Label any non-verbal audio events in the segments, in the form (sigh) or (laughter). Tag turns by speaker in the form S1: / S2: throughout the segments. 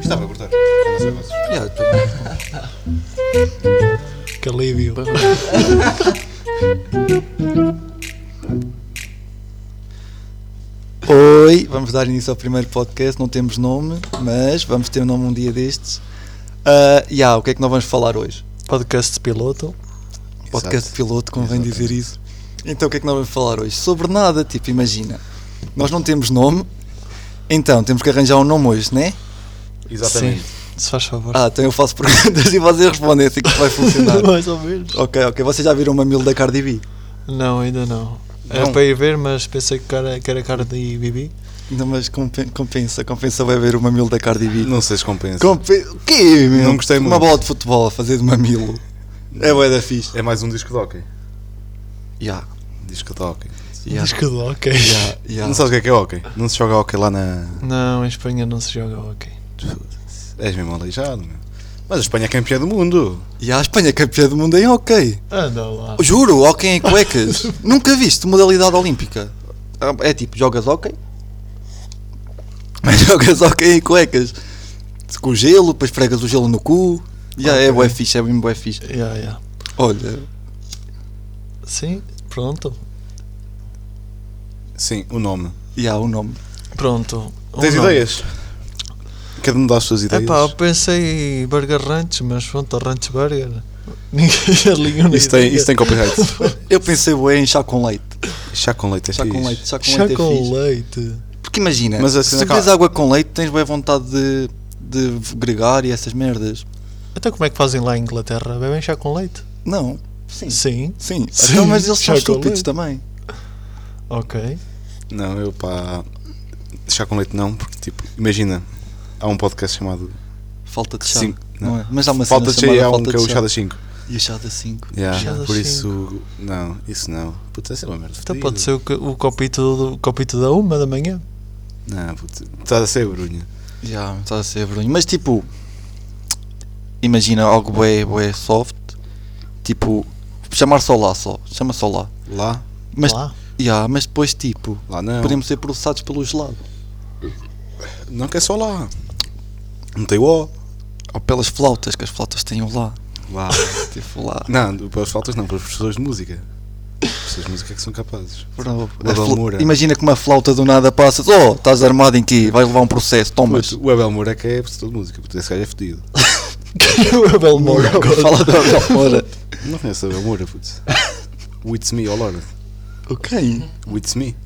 S1: Estava a cortar.
S2: Yeah, também. que alívio. Oi, vamos dar início ao primeiro podcast. Não temos nome, mas vamos ter nome um dia destes. Ah, e há, o que é que nós vamos falar hoje?
S3: Podcast piloto.
S2: Podcast
S1: Exato.
S2: piloto, convém
S1: Exato.
S2: dizer isso. Então, o que é que nós vamos falar hoje? Sobre nada, tipo, imagina. Nós não temos nome, então temos que arranjar um nome hoje, né?
S1: Exatamente.
S3: Se faz favor. (laughs)
S2: Ah, então eu faço perguntas (laughs) e vocês respondem assim que vai funcionar.
S3: Mais ou menos.
S2: Ok, ok. Vocês já viram o mamilo da Cardi B?
S3: Não, ainda não.
S2: Não.
S3: Era para ir ver, mas pensei que era, que era cara de Bibi.
S2: Não, mas compen- compensa, compensa vai ver o mamilo da Cardi B.
S1: Não sei se compensa.
S2: Compen- o quê, meu?
S1: Não gostei
S2: Uma
S1: muito.
S2: bola de futebol a fazer de mamilo. É bué da fixe.
S1: É mais um disco de hockey.
S2: Ya,
S1: Disco de hockey.
S2: ya,
S3: Acho que do ok.
S2: ya, ya.
S1: Não sabes o que é que é hockey? Não se joga hockey lá na.
S3: Não, em Espanha não se joga ok.
S1: És mesmo aleijado, meu. Mas a Espanha é campeã do mundo.
S2: Ya, a Espanha é campeã do mundo em hockey.
S3: Anda lá.
S2: Juro, hockey em cuecas.
S1: (laughs)
S2: Nunca viste modalidade olímpica. É tipo, jogas hockey, (laughs) mas jogas hockey em cuecas. Com gelo, depois pregas o gelo no cu. Ya, é
S3: Ok.
S2: bué fixe, é mesmo bué fixe.
S3: Yeah, yeah.
S2: Olha,
S3: Sim, pronto.
S1: Sim, o nome.
S2: ya, o nome.
S3: Pronto. Um
S1: Tens
S3: nome.
S1: ideias? Cada um dá as suas ideias.
S3: Epá, eu pensei Burger Ranch, mas pronto, Ranch Burger. Ninguém alinhou
S1: isso, tem, isso tem copyright.
S2: Eu pensei bué em chá com leite.
S1: Chá com leite é
S2: Chá
S1: fixe.
S2: com leite, chá com
S3: Chá
S2: leite é
S3: com
S2: fixe.
S3: leite.
S2: Porque imagina,
S1: Mas a
S2: se
S1: cena
S2: tu
S1: que-
S2: bebes água com leite, tens bem vontade de, de gregar e essas merdas.
S3: Então como é que fazem lá em Inglaterra? Bebem chá com leite?
S2: Não. Sim.
S3: Sim.
S2: Sim.
S3: Sim,
S2: Então, mas eles são
S3: chá com
S2: estúpidos
S3: leite.
S2: também.
S3: Ok.
S1: Não, eu pá. Chá com leite não, porque tipo, imagina, há um podcast chamado
S2: Falta de chá.
S1: Cinco-
S2: não.
S1: não.
S2: é? Mas há uma
S1: Falta de
S2: cena
S1: Chá e
S2: chamada
S1: há um
S2: falta
S1: que é o
S2: de chá.
S1: Chá das 5.
S2: E a chá da 5.
S1: Yeah,
S3: Chá das
S1: por isso, não, isso não. Putz, essa é uma merda.
S3: Então
S1: fodida.
S3: pode ser o, co- o copito, do- o copito da uma da manhã.
S1: Não, putz, estás a ser brunha.
S2: Já, está a ser vergonha. Mas tipo, imagina algo bué, bué soft. Tipo, chamar só lá só. Chama só lá.
S1: Lá,
S2: Mas, (laughs)
S3: lá.
S2: já, mas depois, tipo,
S1: lá não.
S2: podemos ser processados pelo gelado.
S1: Não que é só lá. Não tem o O.
S2: Ou pelas flautas, que as flautas têm o lá.
S1: Lá.
S2: Tipo, lá.
S1: (laughs) não, para os faltas não, para os professores de música. Os professores de música é que são capazes.
S2: Bro,
S1: O
S2: a
S1: Abel
S2: fla-
S1: Moura.
S2: Imagina que uma flauta do nada passas, oh, estás armado em ti, vais levar um processo, tomas.
S1: Puto, o Abel Moura é que é professor de música, porque esse gajo é fodido.
S3: o Abel Moura.
S2: é (laughs) Fala do Abel Moura.
S1: Não conheço o Abel Moura, putz. It's me, oh Lord.
S2: ok.
S1: It's me.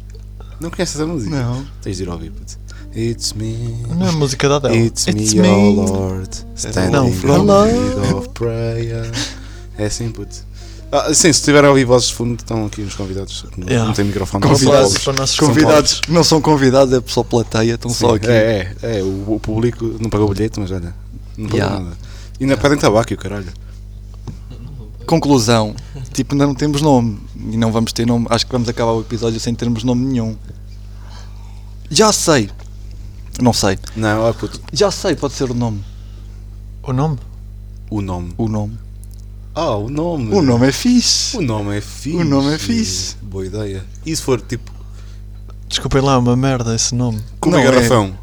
S1: Não conheces essa música?
S2: Não.
S1: Tens de ir ouvir, putz. It's me.
S3: (laughs) Não é a música da Adele.
S1: It's, me, oh Lord. Standing
S3: Não,
S1: on
S3: from
S1: the
S3: Lord.
S1: need of prayer. É assim, putz. Ah, sim, se tiver a ouvir vozes de fundo, estão aqui uns convidados. que Não,
S3: Yeah.
S1: não tem microfone.
S3: Um
S1: não são
S3: aplauso
S1: pobres.
S3: para nossos
S2: Convidados, não são convidados, é pessoal plateia, estão
S1: Sim,
S2: só aqui.
S1: É, é, é o, o público não pagou o bilhete, mas olha, não pagou
S2: Yeah.
S1: nada. E é ainda pedem tabaco, e o caralho.
S2: Conclusão, tipo, ainda não temos nome e não vamos ter nome. Acho que vamos acabar o episódio sem termos nome nenhum. Já sei. Não sei.
S1: Não, ó puto,
S2: Já sei, pode ser o nome.
S3: O nome?
S1: o nome.
S2: O nome.
S1: Ah, o nome.
S2: O nome é fixe.
S1: O nome é fixe.
S2: O nome é fixe.
S1: Boa ideia. E se for tipo,
S3: Desculpem lá, é uma merda esse nome.
S1: como
S2: Não
S1: é
S2: é.
S1: garrafão?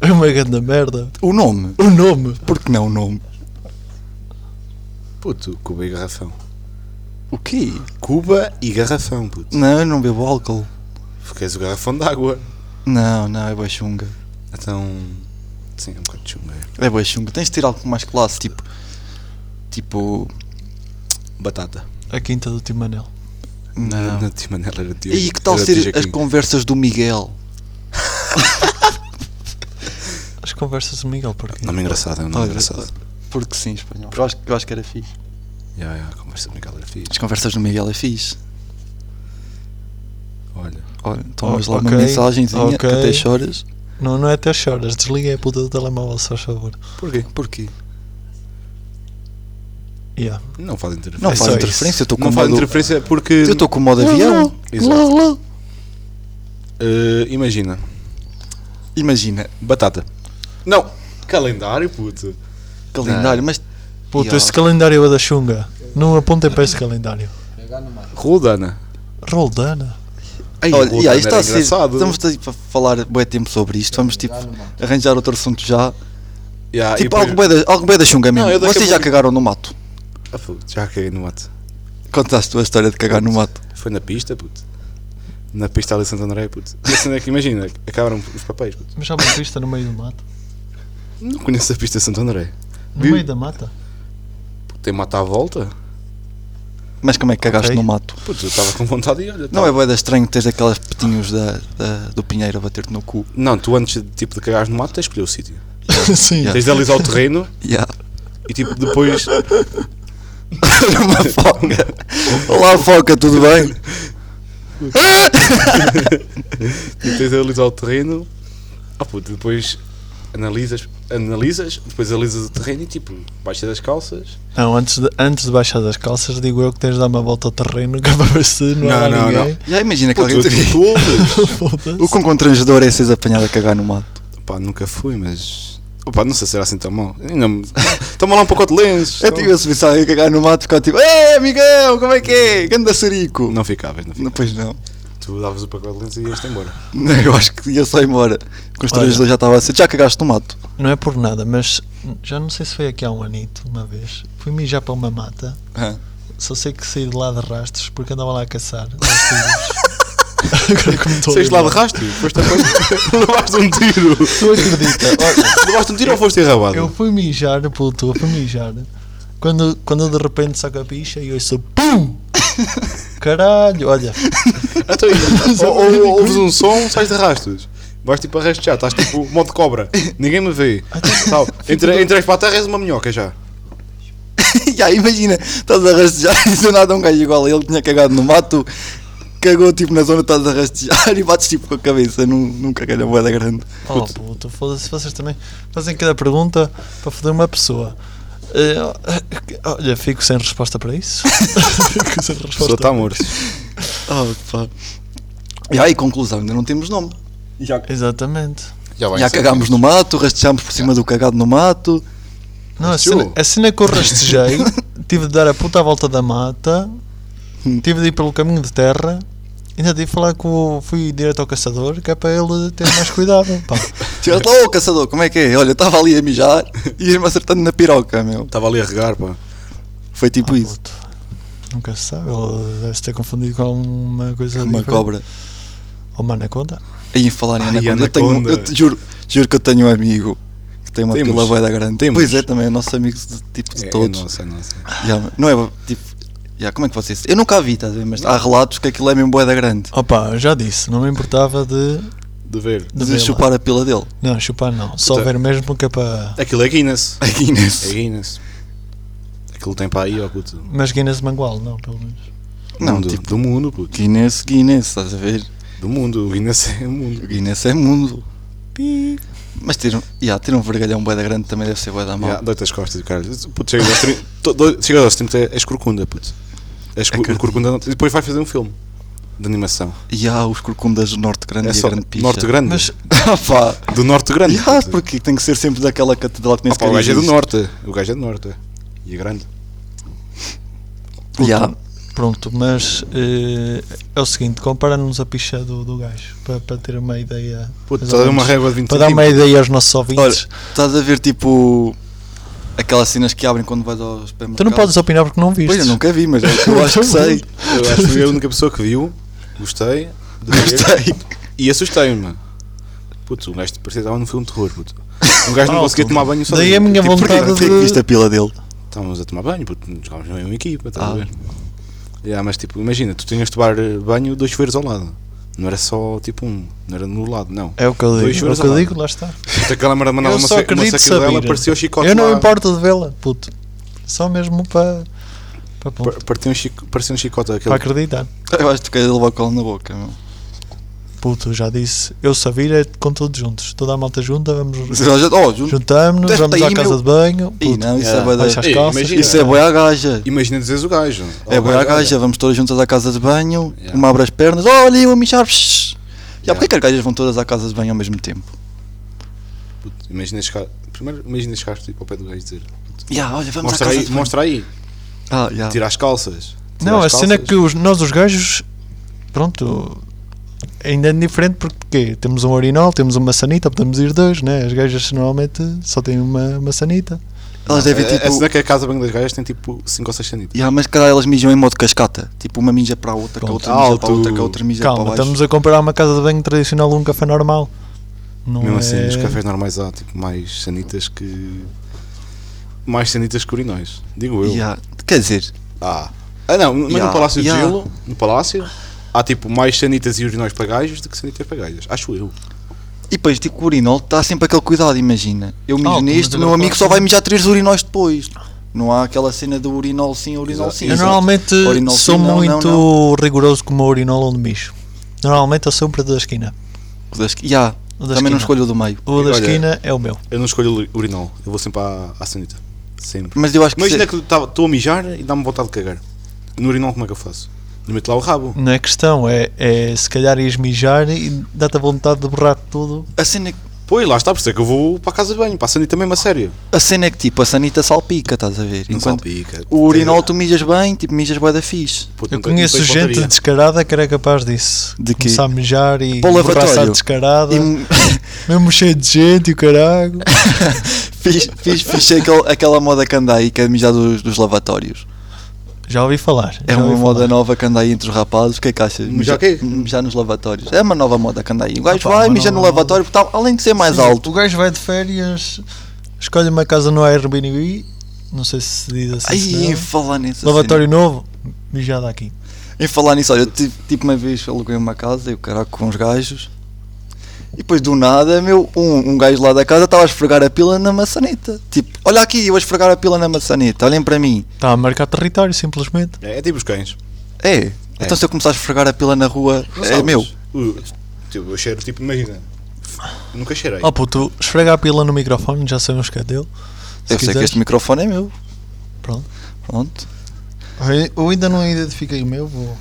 S3: É uma grande merda.
S2: O nome.
S3: O nome?
S2: Porque não o nome?
S1: Puto, Cuba e garrafão.
S2: O quê?
S1: Cuba e garrafão, puto.
S2: Não, eu não bebo álcool.
S1: Porque és o garrafão d'água.
S2: Não, não, é baixunga.
S1: Então. Sim, é um bocado chunga.
S2: É baixunga. Tens de ter algo com mais classe, tipo. Tipo.
S1: Batata.
S3: A quinta do Timanel.
S2: Não.
S1: Na Timanela era tio.
S2: Ah. E que tal
S1: era
S2: ser
S1: tio
S2: as
S1: Jaquim.
S2: conversas do Miguel?
S3: As conversas do Miguel, porquê?
S1: Nome engraçado, é um nome
S2: Olha,
S1: engraçado.
S2: Porque sim, espanhol. Eu acho, eu acho que era fixe.
S1: Ya, ya, a conversa do Miguel era fixe.
S2: As conversas do Miguel é fixe.
S1: Olha.
S2: Olha, tomas
S3: Oh,
S2: lá uma
S3: ok,
S2: mensagenzinha,
S3: ok.
S2: até choras.
S3: Não, não é até choras. Desliguei a puta do telemóvel, se faz favor.
S1: Porquê?
S2: Porquê?
S3: Yeah.
S1: Não faz interferência.
S2: Não
S3: É
S2: faz
S3: só
S2: interferência, eu estou com
S1: Não
S2: o
S1: faz
S2: modo...
S1: interferência porque.
S2: Eu estou com o modo avião.
S1: Exato. Eh, imagina,
S2: Imagina,
S1: batata. Não! Calendário, puto.
S2: Calendário, mas.
S3: Puta,
S2: Ya.
S3: esse calendário é da chunga. Não apontem para esse calendário.
S1: Roldana.
S3: Roldana.
S1: Ai,
S2: Olha,
S1: Roldana
S2: e aí está
S1: era
S2: a ser.
S1: engraçado.
S2: Estamos tipo, a falar bem tempo sobre isto. Vamos tipo arranjar outro assunto já.
S1: Yeah, e
S2: tipo,
S1: depois-
S2: algo bem da, algo bué da chunga mesmo.
S1: Ah, Não, eu daqui a
S2: Vocês já
S1: pouco-
S2: cagaram no mato.
S1: Ah, puto, Já caguei no mato.
S2: Contaste a história de cagar no mato.
S1: Foi na pista, puto. Na pista ali de Santo André, puto. E assim é que imagina, acabaram os papéis, puto.
S3: Mas há uma pista no meio do mato.
S1: Não conheço a pista de Santo André.
S3: No
S1: Viu?
S3: meio da mata. (laughs)
S1: Puto, Tem mata à volta.
S2: Mas como é que cagaste
S3: Ok.
S2: no mato?
S1: Puto, eu estava com vontade e olha.
S2: Não
S1: tá-
S2: é boeda estranho teres aquelas petinhos da, da- do pinheiro a bater-te no cu.
S1: Não, tu antes de, tipo, de cagares no mato, tens de escolher o sítio.
S3: Sim.
S2: É.
S1: Tens de alisar o terreno
S2: Ya. (laughs)
S1: e tipo depois.
S2: Uma foca. Olá, foca, tudo bem?
S1: Tipo, tens de analisar o terreno. Ah, puto, depois analisas, analisas, depois alisas o terreno e tipo, baixa das calças.
S3: Não, antes de, antes de baixar das calças, digo eu que tens de dar uma volta ao terreno (laughs) que é para ver se não, há
S1: Não, não,
S3: ninguém.
S2: Já imagina que
S1: Puto,
S2: alguém
S1: tu,
S2: te
S1: tu,
S2: viu.
S1: ouves.
S3: (laughs) Foda-se.
S2: O quão constrangedor é seres apanhado a cagar no mato?
S1: (laughs) Pá, nunca fui, mas. Opa, não sei se era assim tão mal. Ainda me- Toma lá um pacote de lenços.
S2: Eu tive a subir a cagar no mato e ficava tipo, Ei, amigão, como é que é? Ganda sarico.
S1: Não ficavas, não
S2: Não,
S1: ficavas.
S2: pois não.
S1: tipo-
S2: (laughs)
S1: Tu davas o pacote de lenços e ias-te embora.
S2: Não, Eu acho que ia só embora. O constrangedor já estava a ser. Já cagaste no mato?
S3: Não é por nada, mas já não sei se foi aqui há um anito, uma vez. Fui mijar para uma mata.
S2: Ah.
S3: Só sei que saí de lá de rastros porque andava lá a
S1: (laughs)
S3: caçar. aos tigres. Agora como estou a
S1: Saíste lá de
S3: lembrar.
S1: rastro, foste (laughs) a levaste um tiro.
S3: Tu acredita?
S1: levaste um tiro ou foste arrabado?
S3: Eu fui mijar, puto, eu fui mijar. Quando, quando de repente saco a picha e eu sou
S1: (laughs)
S3: PUM! Caralho, olha,
S1: Então, (laughs) ou- ou- ou- ouves um som, sais de rastros. Vais tipo a rastejar, estás tipo modo cobra. Ninguém me vê.
S2: Então,
S1: Tal. Entre, entras para a terra és uma minhoca já.
S2: (laughs) Já, imagina, estás a rastejar e do nada um gajo igual a ele que tinha cagado no mato, cagou tipo na zona, estás a rastejar (laughs) e bates tipo com a cabeça num, num cagalho boeda grande.
S3: oh puto, foda-se, vocês também fazem cada pergunta para foder uma pessoa. Eh, olha, fico sem resposta para
S2: (laughs)
S3: isso. fico sem
S1: A pessoa
S3: resposta.
S2: tá
S1: está morto.
S2: Oh, pá. E aí, conclusão, ainda não temos nome. Já,
S3: Exatamente.
S1: Já, vai ser.
S2: cagámos no mato, rastejámos por cima do cagado no mato.
S3: Não, a
S1: Mas tu?
S3: cena, a cena que eu
S2: (laughs)
S3: rastejei, tive de dar a puta à volta da mata,
S2: Hum.
S3: tive de ir pelo caminho de terra, ainda tive de falar com o. fui direto ao caçador, que é para ele ter mais
S2: (laughs)
S3: cuidado.
S2: É
S3: Pá.
S2: Chegaste lá, ô caçador, como é que é? Olha, estava ali a mijar (laughs) e ia-me acertando na piroca, meu.
S1: Estava ali a regar, pá.
S2: Foi
S1: Ah,
S2: tipo isso.
S3: Puto, nunca se sabe, ele deve se ter confundido com alguma coisa
S2: Uma
S3: diferente.
S2: cobra.
S3: Ou uma anaconda.
S2: Aí em falar em
S1: Ai,
S2: anaconda, eu, tenho,
S1: anaconda.
S2: eu te juro, juro que eu tenho um amigo que tem uma
S1: Temos.
S2: pila boeda grande.
S1: Temos.
S2: Pois é, também é nosso amigo de, tipo de
S1: É, é
S2: todos.
S1: nossa, é nossa.
S2: Já, não é tipo. já, como é que vocês. Eu nunca a vi, estás a ver? Mas há relatos que aquilo é mesmo boeda grande.
S3: Opa, já disse, não me importava de.
S1: De ver.
S3: de
S2: De
S3: vê-la.
S2: chupar a pila dele.
S3: Não, chupar não. Só
S1: Puta.
S3: ver mesmo que é para.
S1: Aquilo é Guinness.
S2: A
S1: É
S2: Guinness.
S1: Guinness. Aquilo tem para aí, ó puto.
S3: Mas Guinness de Mangual, não, pelo menos.
S2: Não,
S1: É Mundo.
S2: tipo-
S1: Do mundo, puto.
S2: Guinness, Guinness, estás a ver?
S1: Do mundo. O Guinness é o mundo.
S2: O Guinness é mundo. Mas ter um, já, ter um vergalhão boeda grande também deve ser boeda mal.
S1: Yeah, Dói-te as costas, caralho. Puto, chegas aos 30, to- doi- chegas aos 30 é escorcunda, puto. É escu-
S2: Acredito.
S1: escorcunda não- e depois vai fazer um filme de animação.
S2: E há os corcundas do Norte Grande
S1: É
S2: e a
S1: só
S2: Grande Picha.
S1: Norte Grande.
S3: Mas
S2: (laughs) ah, pá.
S1: Do Norte Grande.
S2: Já,
S1: puto.
S2: porque tem que ser sempre daquela catedral que nem
S1: Ah, pá, o
S2: sequer
S1: gajo é do
S2: existe.
S1: Norte. O gajo é do Norte. E é grande.
S3: Puto,
S2: Já.
S3: Pronto, mas eh, é o seguinte, compara-nos a picha do, do gajo, para, para ter uma ideia.
S1: Puto,
S3: mais
S1: está
S3: ou
S1: a dar uma
S3: menos,
S1: régua de 20
S3: para dar uma
S1: centímetros.
S3: ideia aos nossos ouvintes.
S2: Estás a ver tipo aquelas cenas que abrem quando vais ao
S3: tu
S2: supermercado?
S3: não podes opinar porque não viste.
S2: Pois eu nunca vi, mas
S3: (laughs)
S2: eu acho que sei.
S1: Eu acho que fui a única pessoa que viu. Gostei. de ver.
S2: Gostei.
S1: E assustei-me, mano. Puto, um gajo parecia que estava num filme de terror, puto. Um gajo não
S3: Ah,
S1: conseguia
S3: puto.
S1: tomar banho só.
S3: Daí a minha
S2: Tipo, porquê
S3: vontade
S2: não tem
S3: de-
S2: visto a pila dele?
S1: Estávamos a tomar banho, puto. Jogávamos na mesma equipa, estás a
S2: Ah.
S1: ver? Yeah, mas tipo, imagina, tu tinhas de tomar eh, banho dois chuveiros ao lado. Não era só tipo um, não era no lado, não.
S3: É o que eu
S1: Dois
S3: digo, é o
S1: juros
S3: que eu
S1: ao
S3: digo, lá está.
S1: Puta, aquela merda mandava
S3: eu
S1: uma,
S3: só
S1: sa- uma
S3: acredito
S1: sacadela,
S3: saber.
S1: parecia o chicote
S3: eu não
S1: lá-
S3: me importo de vê-la, puto. Só mesmo para, para, ponto,
S1: par- Parecia um, chico, parecia um chicote
S3: para
S1: aquele.
S3: acreditar.
S2: Eu acho que queres levar o colo na boca, meu.
S3: Puto, já disse, eu só vi é com todos juntos. Toda a malta junta, vamos
S2: Oh, junto.
S3: juntamos-nos,
S2: Deve
S3: vamos
S2: tá
S3: à
S2: aí,
S3: casa
S2: meu.
S3: de banho.
S2: Ih,
S3: Puto,
S2: não, isso
S1: Yeah.
S2: é boa
S3: baixa as
S1: Ei,
S3: calças.
S1: imagina.
S2: Isso é boa à gaja.
S1: Imagina dizes o gajo.
S2: É
S1: Oh,
S2: boa à
S1: gajo,
S2: gaja, vamos todas juntas à casa de banho,
S1: Yeah.
S2: uma abre as pernas, Oh, olha eu a mijar. shhh. Já,
S1: Yeah.
S2: porquê que as gajas vão todas à casa de banho ao mesmo tempo?
S1: olha, puto, Imagina chegar. Primeiro, imagina chegar tipo, ao pé do gajo e dizer:
S2: Ya, olha, vamos
S1: Mostra
S2: à
S1: aí,
S2: casa de banho.
S1: mostra aí.
S2: Ah, ya.
S1: Tira as calças. Tira
S3: Não, a
S1: as
S3: cena é
S1: calças.
S3: que os- nós os gajos, pronto, ainda é diferente porque quê? temos um urinol, temos uma sanita, podemos ir dois, né? As gajas normalmente só têm uma, uma sanita.
S2: Elas devem
S1: A- a- A
S2: tipo.
S1: cena é que a casa bem das gajas tem tipo 5 ou 6 sanitas.
S2: Ya, mas cada elas mijam em modo cascata. Tipo, uma mija para a outra, que a
S3: Pronto.
S2: outra mija para a
S1: Alto.
S2: outra, que a outra mija para
S3: Calma,
S2: baixo.
S3: estamos a comparar uma casa de banho tradicional a um café normal. Não
S1: Mesmo
S3: é...
S1: assim, nos cafés normais há tipo mais sanitas que. Mais sanitas que urinóis. Digo eu.
S2: Ya, Quer dizer,
S1: Ah. ah, não, mas
S2: Ya,
S1: no Palácio
S2: ya.
S1: de Gelo, no Palácio, há tipo mais sanitas e urinóis para gajos do que sanitas para gajas. Acho eu.
S2: E depois, tipo, o urinol está sempre aquele cuidado, imagina. Eu mijo
S3: Ah, ok, mas um-
S2: neste, o meu
S3: agora
S2: amigo
S3: pode
S2: só
S3: ser.
S2: vai mijar três urinóis depois. Não há aquela cena do urinol sim, urinol
S1: Exato.
S2: sim.
S3: Eu
S1: Exato.
S3: normalmente
S2: Urinol
S3: sou
S2: sim, não,
S3: muito
S2: não,
S3: rigoroso com o meu urinol onde mijo. Normalmente eu sou para da esquina.
S2: O da esqui- Ya,
S3: O da
S2: também
S3: esquina.
S2: não escolho o do meio.
S3: O da
S1: Olha-
S3: esquina é o meu.
S1: Eu não escolho o urinol, eu vou sempre à, à sanita. Sempre.
S2: Mas eu acho que.
S1: Imagina
S2: se-
S1: que estou a mijar e dá-me vontade de cagar. No urinol, como é que eu faço? Eu meto lá o rabo.
S3: Não é questão, é, é se calhar ires mijar e dá-te a vontade de borrar tudo.
S2: A cena, é que-
S1: Pois, lá está, por isso é que eu vou para a casa de banho, para a sanita mesmo a sério.
S2: a cena é que tipo, a sanita salpica, estás a ver?
S1: Não
S2: Enquanto
S1: salpica.
S2: o urinol tu mijas bem, tipo, mijas bué da fixe.
S1: Puto,
S3: Eu
S1: nunca- nunca
S3: conheço
S1: fiz
S3: gente
S1: pontaria.
S3: descarada que era capaz disso.
S2: De quê?
S3: Começar a mijar e
S2: Para o
S3: borraçar
S2: lavatório.
S3: descarada.
S2: (laughs) E
S3: Mesmo cheio de gente e o caralho.
S2: (laughs) fiz, fiz, fiz é aquele- aquela moda que anda aí, que é de mijar dos, dos lavatórios.
S3: Já ouvi falar.
S2: É
S3: já
S2: uma
S3: ouvi
S2: moda
S3: falar.
S2: nova que anda aí entre os rapazes. O que é que achas?
S1: Mijar quê?
S2: Mijar nos lavatórios. É uma nova moda que anda aí. O gajo
S3: Opa,
S2: vai,
S3: uma
S2: mija no
S3: nova
S2: lavatório, porque tal, além de ser mais
S3: Sim,
S2: alto.
S3: O gajo vai de férias, escolhe uma casa no Airbnb. Não sei se se diz assim. se
S2: Ai,
S3: não.
S2: em falar nisso.
S3: Lavatório novo, mijada aqui.
S2: assim, em falar nisso, olha, eu tive, tipo uma vez aluguei uma casa, eu caraca com uns gajos. E depois do nada, meu, um, um gajo lá da casa estava a esfregar a pila na maçaneta. Tipo, olha aqui, eu a esfregar a pila na maçaneta, olhem para mim.
S3: Está a marcar território, simplesmente.
S1: É, é tipo os cães.
S2: É, então se eu começar a esfregar a pila na rua,
S1: Não
S2: é
S1: sabes.
S2: meu.
S1: O- tipo, eu cheiro, tipo, imagina. Nunca cheirei.
S3: Oh puto, esfrega a pila no microfone, já sabemos que é dele. Se
S2: eu sei que
S3: quiseres.
S2: este microfone é meu.
S3: Pronto.
S2: Pronto.
S3: Eu- Eu ainda não identifiquei o meu, vou.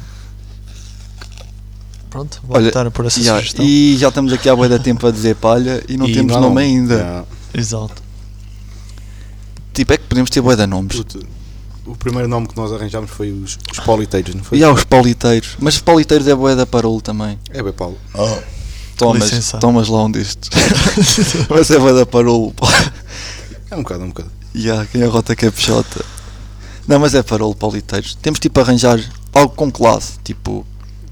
S3: Pronto, vou
S2: Olha,
S3: optar por essa
S2: Ya,
S3: sugestão.
S2: e já estamos aqui à boia da tempo a dizer palha e não
S1: E
S2: temos um-
S1: há
S2: nome ainda.
S1: Yeah.
S3: Exato.
S2: Tipo, é que podemos ter boia de nomes.
S1: Puto, o primeiro nome que nós arranjámos foi os, os politeiros, não foi?
S2: E há os pauliteiros. Mas os pauliteiros é boia da parolo também.
S1: É bem, Paulo.
S2: Oh. Tomas,
S3: licença.
S2: tomas lá um
S1: (laughs)
S2: destes. Mas é bué da (laughs) parolo. pá.
S1: É um bocado, é um bocado.
S2: E há quem arrota que é peixota. Não, mas é parolo, pauliteiros. Temos tipo arranjar algo com classe. Tipo,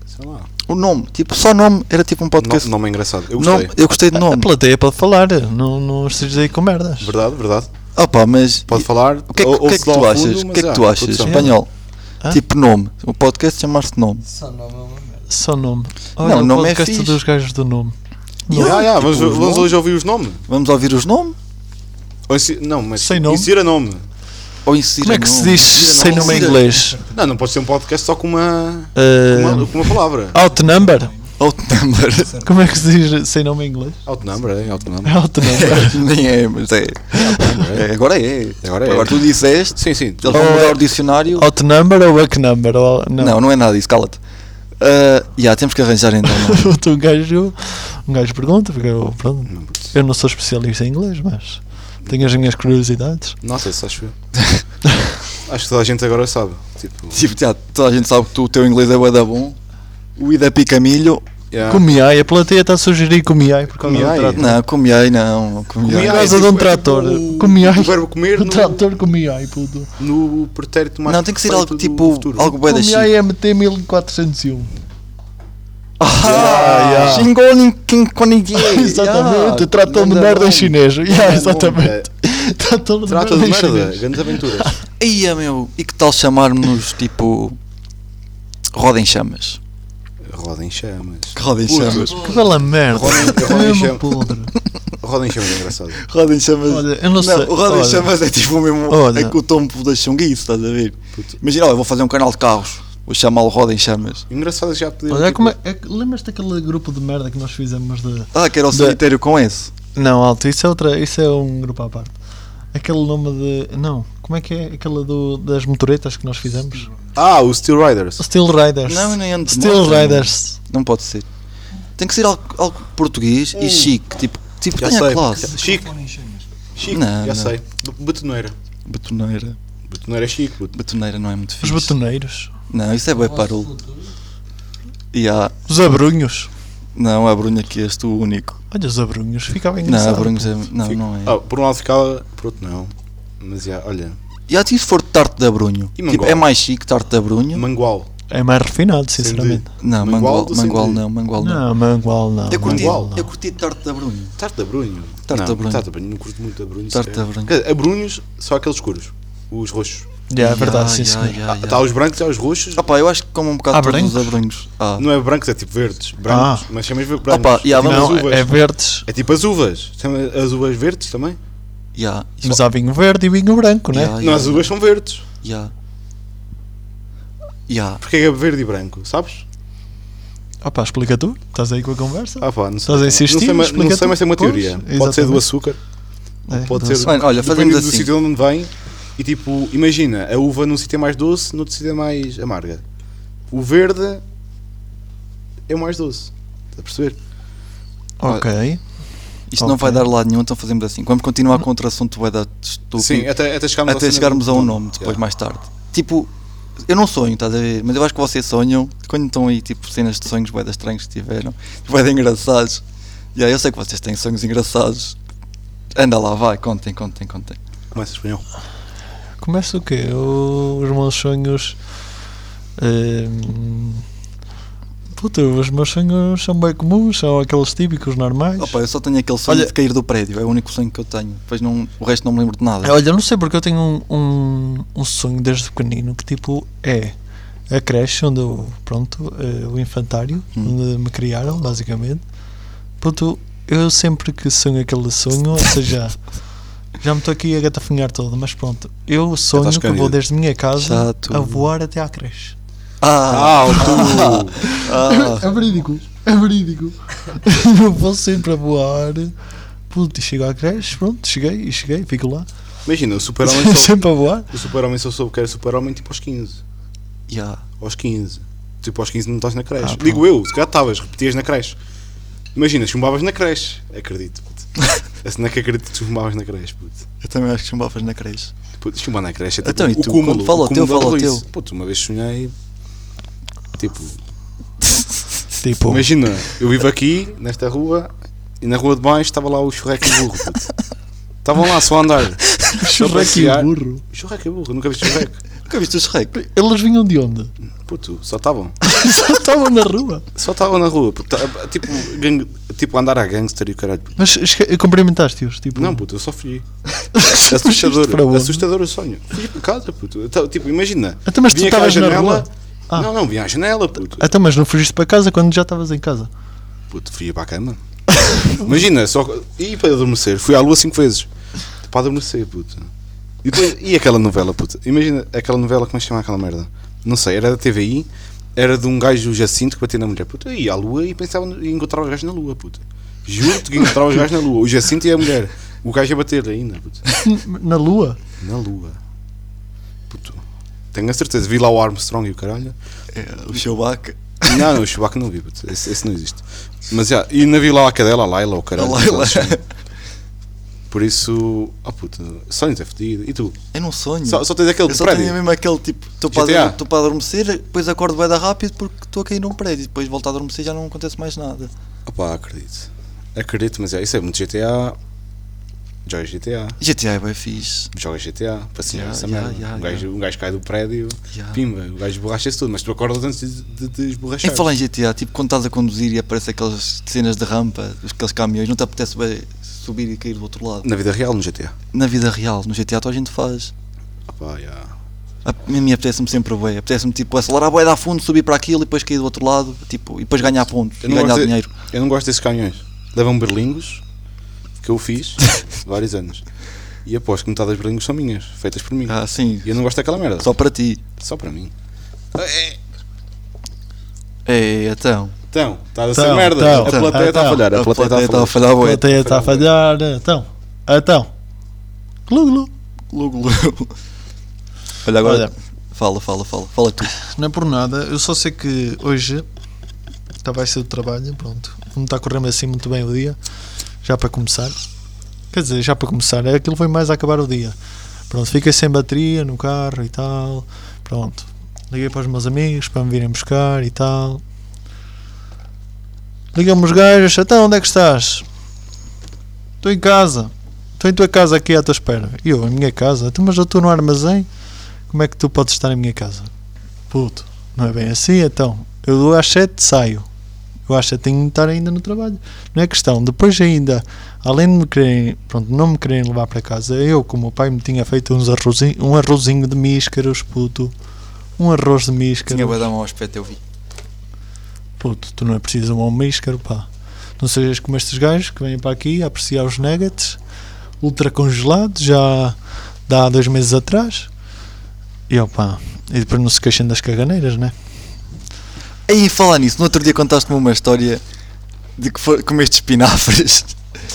S1: Sei lá.
S2: o nome. Tipo, só nome. Era tipo um podcast.
S1: No- nome é engraçado. Eu
S2: Nome-
S1: gostei. É,
S2: eu gostei de
S3: A
S2: nome.
S3: plateia pode falar, não, não estejas aí com merdas.
S1: Verdade, verdade.
S2: Ah pá, mas...
S1: Pode falar.
S2: O que é que,
S1: ou-
S2: o que é que
S1: ouve-se lá
S2: tu
S1: ao
S2: achas?
S1: fundo,
S2: O
S1: mas
S2: que é que
S1: já,
S2: tu achas?
S1: produção.
S2: Espanhol.
S3: Hã?
S2: Tipo nome. O podcast chamar-se nome. é
S3: Só nome. Olha,
S2: Não,
S3: o
S2: nome é
S3: podcast
S2: fixe.
S3: dos gajos do nome.
S1: Yeah,
S2: Nome,
S1: yeah,
S2: tipo,
S1: mas
S2: os
S1: vamos
S2: nomes.
S1: hoje ouvir os nomes.
S2: Vamos ouvir os nomes?
S1: Ou insi- Não, mas
S3: Sem nome.
S1: insira nome.
S2: Ou inserir
S3: Como é que se diz
S2: Insira
S3: sem nome em
S2: Insira-
S3: inglês?
S1: Não, não pode ser um podcast só com uma, com
S3: Uh,
S1: uma, com uma palavra.
S3: outnumber?
S2: Outnumber.
S3: Como é que se diz sem nome em (laughs) inglês?
S2: Eh,
S1: Outnumber, é
S2: (laughs)
S3: (laughs)
S1: outnumber.
S3: Outnumber.
S2: (laughs) Nem é, mas é. É, agora é.
S1: Agora é.
S2: Agora tu disseste.
S1: Sim, sim.
S2: Eles vão mudar o dicionário.
S3: outnumber ou backnumber? Ou- Não.
S2: não.
S3: (laughs)
S2: Oh, não, é nada isso, cala-te. Ah, já, temos que arranjar então. não.
S3: Puto, um, gajo, um gajo pergunta, porque eu, pronto, eu não sou especialista em inglês, mas tenho as minhas curiosidades.
S1: Nossa, isso
S2: (laughs)
S1: acho eu. acho que toda a gente agora sabe.
S2: (laughs)
S1: Tipo,
S2: tipo, já, toda a gente sabe que tu, o teu inglês é bué da bom. O Ida pica milho.
S1: yeah.
S3: Comiai, a plateia está a sugerir comiai, porque
S1: Comiai?
S3: não é um trator.
S2: Não, comiei não. não Comiei.
S1: Comiei,
S3: Por causa de um
S1: tipo, é
S3: trator.
S1: tipo o-
S3: Comiai.
S1: O verbo comer
S3: O
S1: no,
S3: trator comiai, puto.
S1: no pretérito mais
S2: um Não, tem que ser
S1: perfeito
S2: algo
S1: do
S2: tipo.
S1: futuro.
S2: Algo bué da
S3: Comiai é MT 1401.
S2: Ah,
S3: Ya, ya.
S2: Xingonin Kinkonigi.
S3: É, (laughs)
S2: (laughs)
S3: Exatamente,
S2: Ah,
S3: trator de merda em chinês. Yeah, exatamente. Trator de
S1: é,
S3: merda
S1: Trata de
S3: em
S1: merda,
S3: chinês.
S1: grandes aventuras.
S2: Ia meu, e que tal chamarmos tipo. Roda em chamas?
S1: Roda
S2: (laughs)
S1: em chamas.
S2: Roda em
S1: Puto,
S2: chamas.
S3: Que bela merda.
S1: Roda em- roda
S3: (laughs)
S1: em
S3: Mesmo
S1: chama.
S3: podre.
S1: Roda em chamas é engraçado.
S2: Roda em chamas.
S3: Olha, eu não sei,
S2: o Roda em
S3: olha.
S2: chamas é tipo o mesmo.
S3: Olha.
S2: É que o tombo da chunguice, estás a ver?
S1: Puto.
S2: Imagina, ó, eu vou fazer um canal de carros. Vou chamá-lo Roda em chamas.
S1: Engraçado já poder.
S3: Olha, é
S1: tipo,
S3: como é, é, que- lembras daquele grupo de merda que nós fizemos de.
S2: Ah, que era o
S3: Da-
S2: solitário com esse.
S3: Não, alto, isso é outra, isso é um grupo à parte. Aquele nome de. Não, como é que é? Aquela do, das motoretas que nós fizemos?
S1: Ah, o Steel Riders.
S3: Steel Riders.
S2: Não, eu nem ando de
S3: Steel
S2: moto,
S3: Riders. Hum.
S2: Não pode ser. Tem que ser algo, algo português e chique, tipo Tipo,
S1: Já
S2: tem
S1: sei.
S2: a classe.
S1: Chico, Chico,
S2: Não,
S1: já
S2: não.
S1: sei. B- Betoneira.
S2: Betoneira.
S1: Betoneira é Chico. bet-
S2: Betoneira não é muito
S3: Os
S2: fixe.
S3: batoneiros.
S2: Não, isso é bem parolo. E há.
S3: Os abrunhos.
S2: Não, a Brunha que és tu o único.
S3: Olha os abrunhos. Ficava
S2: Não,
S3: engraçado.
S2: a Brunha é. Não,
S1: Fico-
S2: não é.
S1: Ah, por um lado ficava, por outro não. Mas já, olha.
S2: E há tipo se for de tarte de abrunho.
S1: E
S2: Tipo,
S1: mangola?
S2: é mais chique tarte de abrunho.
S1: Mangual.
S3: É mais refinado,
S1: sem
S3: sinceramente.
S1: D.
S2: Não,
S1: Mangual
S2: mangual,
S1: do
S2: mangual
S1: sentido.
S2: não, mangual não.
S3: Não, mangual não.
S2: Eu curti,
S1: Mangual,
S3: não.
S2: eu curti tarte de abrunho.
S1: Tarta Brunho.
S2: Tarte
S1: não,
S2: de abrunho.
S1: Tarta Brunho. Não curto muito abrunhos. é.
S2: Tarte de abrunho.
S1: Quer dizer, abrunhos só aqueles escuros. Os roxos.
S3: Já, é verdade, sim, senhor.
S1: Há há os brancos e há os roxos.
S2: Ah, Opa, eu acho que como um bocado
S3: Há
S2: todos os
S3: brancos?
S2: abrunhos. Ah,
S1: Não é brancos, é tipo verdes. Brancos. Mas chamas ver- brancos.
S2: Opa, e há
S1: tipo as
S2: brancos.
S3: Ah. Não,
S1: uvas.
S3: é verdes.
S1: É tipo as uvas. Chama as uvas verdes também?
S2: já.
S3: Mas há vinho verde e vinho branco, né?
S2: Ah, Já,
S1: Não, as uvas são verdes.
S2: já. Já.
S1: Porque é verde e branco, sabes?
S3: Ah pá, explica tu. Estás aí com a conversa?
S1: Ah pá, não sei.
S3: Estás a insistir?
S1: não sei, mas- não
S3: Explica
S1: sei,
S3: tu.
S1: mas tem uma
S3: Pois,
S1: teoria. Pode
S3: exatamente.
S1: ser do açúcar,
S3: É,
S1: Ah, pode
S3: não
S1: ser
S3: sei.
S2: Mano, olha, fazemos
S1: depende do
S2: assim.
S1: sítio de onde vem. E tipo, imagina, a uva num sítio é mais doce, no outro sítio é mais amarga. O verde é o mais doce. Estás a perceber?
S3: Ok.
S2: Isto não vai
S3: Ok.
S2: dar lado nenhum, então fazemos assim. Vamos continuar com outro assunto bué da estúpido.
S3: é
S1: Sim, até, até chegarmos, à
S3: assim
S2: até
S1: cena
S2: chegarmos
S1: do-
S2: a um
S1: do-
S2: nome depois
S1: Yeah.
S2: mais tarde. Tipo, eu não sonho, estás a ver? Mas eu acho que vocês sonham quando estão aí tipo cenas de sonhos bué da estranhos que tiveram, (laughs) bué de engraçados. E aí eu sei que vocês têm sonhos engraçados. Anda lá, vai, contem, contem, contem.
S1: Começa espanhol.
S3: Começa o quê? O- os meus sonhos. ehm, Puta, os meus sonhos são bem comuns, são aqueles típicos normais.
S2: Opa, eu só tenho aquele sonho
S3: Olha-
S2: de cair do prédio, é o único sonho que eu tenho. Depois não, o resto não me lembro de
S1: É
S2: nada.
S3: É, Olha, eu não sei porque eu tenho um, um, um sonho desde pequenino que tipo é a creche onde eu, pronto, eh, o infantário,
S2: Hum.
S3: onde me criaram, basicamente. Pronto, eu sempre que sonho aquele sonho, ou
S1: (laughs)
S3: seja, já me estou aqui a gatafunhar todo, mas pronto, eu sonho que
S1: cândido.
S3: vou desde minha casa
S2: Chato.
S3: a voar até à creche. (laughs)
S2: Ah,
S1: tu!
S2: ah,
S3: É verídico, é verídico. eu vou sempre a voar. Puto, e chego à creche, pronto, cheguei e cheguei, fico lá.
S1: (laughs) Imagina, o
S3: (laughs)
S1: super-homem só,
S3: sempre a
S1: (laughs)
S3: voar.
S1: o super-homem só soube que era super-homem tipo aos 15.
S2: yeah.
S1: Aos 15. Tipo, aos 15 não estás na creche.
S3: Ah,
S2: tá.
S3: pronto.
S1: Digo eu, se calhar estavas, repetias na creche. Imagina, chumbavas na creche.
S2: (laughs)
S1: Acredito, puto. A cena que acredito que chumbavas na creche, puto.
S2: Eu também acho que chumbavas na creche.
S1: Puto, chumbar na creche é tipo
S2: Então, e
S1: o
S2: tu?
S1: cúmulo.
S2: Quando fala o
S1: o
S2: teu,
S1: cúmulo da
S2: fala o
S1: burrice.
S2: teu.
S1: Puto, uma vez sonhei... Tipo,
S3: Tipo,
S1: imagina, eu vivo aqui, nesta rua, e na rua de baixo estava lá o churreco e o burro, puto. Estavam lá só a andar.
S3: Churreco e
S1: passear.
S3: burro.
S1: Churreco e burro, nunca vi churreco.
S2: Nunca viste o Shrek?
S3: Eles vinham de onde? (laughs)
S1: Puto, só estavam.
S3: Só estavam na rua.
S1: Só estavam na rua, puto, tá- tipo, gang, tipo andar a gangster e o caralho. puto.
S3: Mas esque- cumprimentaste-os, tipo. (laughs)
S1: Não, puto, eu só fugi.
S3: Mas
S1: Assustador,
S3: isto é para onde?
S1: assustador o sonho. Fui para casa, puto. Eu tava- Tipo, imagina.
S3: Então, mas tu
S1: vinha cá à
S3: estavas na
S1: janela.
S3: rua? Ah.
S1: Não, não, vinha à janela, puto.
S3: Então, mas não fugiste para casa quando já estavas em casa?
S1: Puto, fui para a cama. (laughs) imagina, só. E para adormecer, fui à lua cinco vezes. Para adormecer, puto. E, depois, e aquela novela, puto? Imagina aquela novela, como é que se chama aquela merda? Não sei, era da TVI, era de um gajo Jacinto que batia na mulher, puto. Eu ia à lua e pensava no- e encontrava os gajos na lua, puto. Juro-te que encontrava os gajos na lua. O Jacinto e a mulher. O gajo a bater ainda, puto.
S3: (laughs) Na lua?
S1: Na Lua. Puto. Tenho a certeza. Vi lá o Armstrong e o caralho.
S2: É, o Chewbacca.
S1: Não, não, o Chewbacca não vi, puto. Esse, esse não existe. Mas já, e ainda vi lá a cadela, a Laila, o caralho.
S2: A Laila.
S1: Por isso. Ah, puto. Sonhos é fedido. E tu?
S2: Eu não sonho.
S1: Só, só tens aquele
S2: eu
S1: do
S2: só
S1: prédio?
S2: tenho mesmo aquele tipo, estou
S1: GTA.
S2: para, estou para adormecer, depois acordo bem da rápido porque estou a cair num prédio, depois volto a adormecer e já não acontece mais nada.
S1: Ah, pá, acredito. Acredito, mas é, isso é muito GTA. Joga GTA.
S2: GTA é bem fixe.
S1: Joga GTA. Passeia
S2: Ya,
S1: essa
S2: ya,
S1: merda.
S2: ya,
S1: um,
S2: ya.
S1: gajo, um gajo cai do prédio.
S2: Ya.
S1: Pimba, o gajo borracha-se tudo. Mas tu acordas antes de, de, de esborrachar.
S2: Em falar em GTA, tipo quando estás a conduzir e aparecem aquelas cenas de rampa, aqueles caminhões, não te apetece bem subir e cair do outro lado.
S1: Na vida real, no GTA.
S2: Na vida real, no GTA toda a gente faz.
S1: Ah, pá, ya.
S2: A a mim apetece-me sempre bem, apetece-me tipo acelerar bem, dar fundo, subir para aquilo e depois cair do outro lado tipo, e depois ganhar pontos e
S1: Eu não
S2: ganhar
S1: gosto de-
S2: dinheiro.
S1: Eu não gosto desses caminhões. Levam berlingos, que eu fiz vários anos. E aposto que metade das berlingos são minhas, feitas por mim.
S2: Ah, sim,
S1: E eu não gosto daquela merda.
S2: só
S1: Só,
S2: para ti.
S1: para mim.
S2: É, então.
S1: Então, estás a ser
S3: Então,
S1: merda.
S3: então,
S1: a plateia está
S3: então.
S1: a falhar. A plateia está a
S2: está a
S1: falhar.
S2: falhar,
S3: A
S2: bué.
S3: plateia está a falhar. Então, então. Glu, glu.
S2: Logo, logo. Olha agora.
S3: Olha.
S2: Fala, fala, fala. Fala tu.
S3: Não é por nada, eu só sei que tá, hoje estava a ser do trabalho, pronto. Não está correndo assim muito bem o dia. já para começar. Quer dizer, já para começar, é aquilo foi mais a acabar o dia. Pronto, fiquei sem bateria no carro e tal. Pronto, liguei para os meus amigos para me virem buscar e tal. Liguei-me os gajos, então onde é que estás? Estou em casa. Estou em tua casa aqui à tua espera. E eu, em minha casa? Tu, mas eu estou no armazém. Como é que tu podes estar em minha casa? Puto, não é bem assim, então. Eu às sete saio. Eu acho que tenho de estar ainda no trabalho. Não é questão. Depois ainda, além de me quererem, pronto, não me quererem levar para casa, eu, como o pai me tinha feito uns arrozinho, um arrozinho de míscaros, puto. Um arroz de
S2: Tinha
S3: míscaros.
S2: bué dar mau aspecto, eu vi.
S3: Puto, tu não é preciso um homem iscaro, pá. Não sejas como estes gajos que vêm para aqui a apreciar os nuggets, ultra congelados, já dá há dois meses atrás. E opá, e depois não se queixem das caganeiras, né?
S2: Aí, falar nisso, no outro dia contaste-me uma história de que for, comeste espinafres.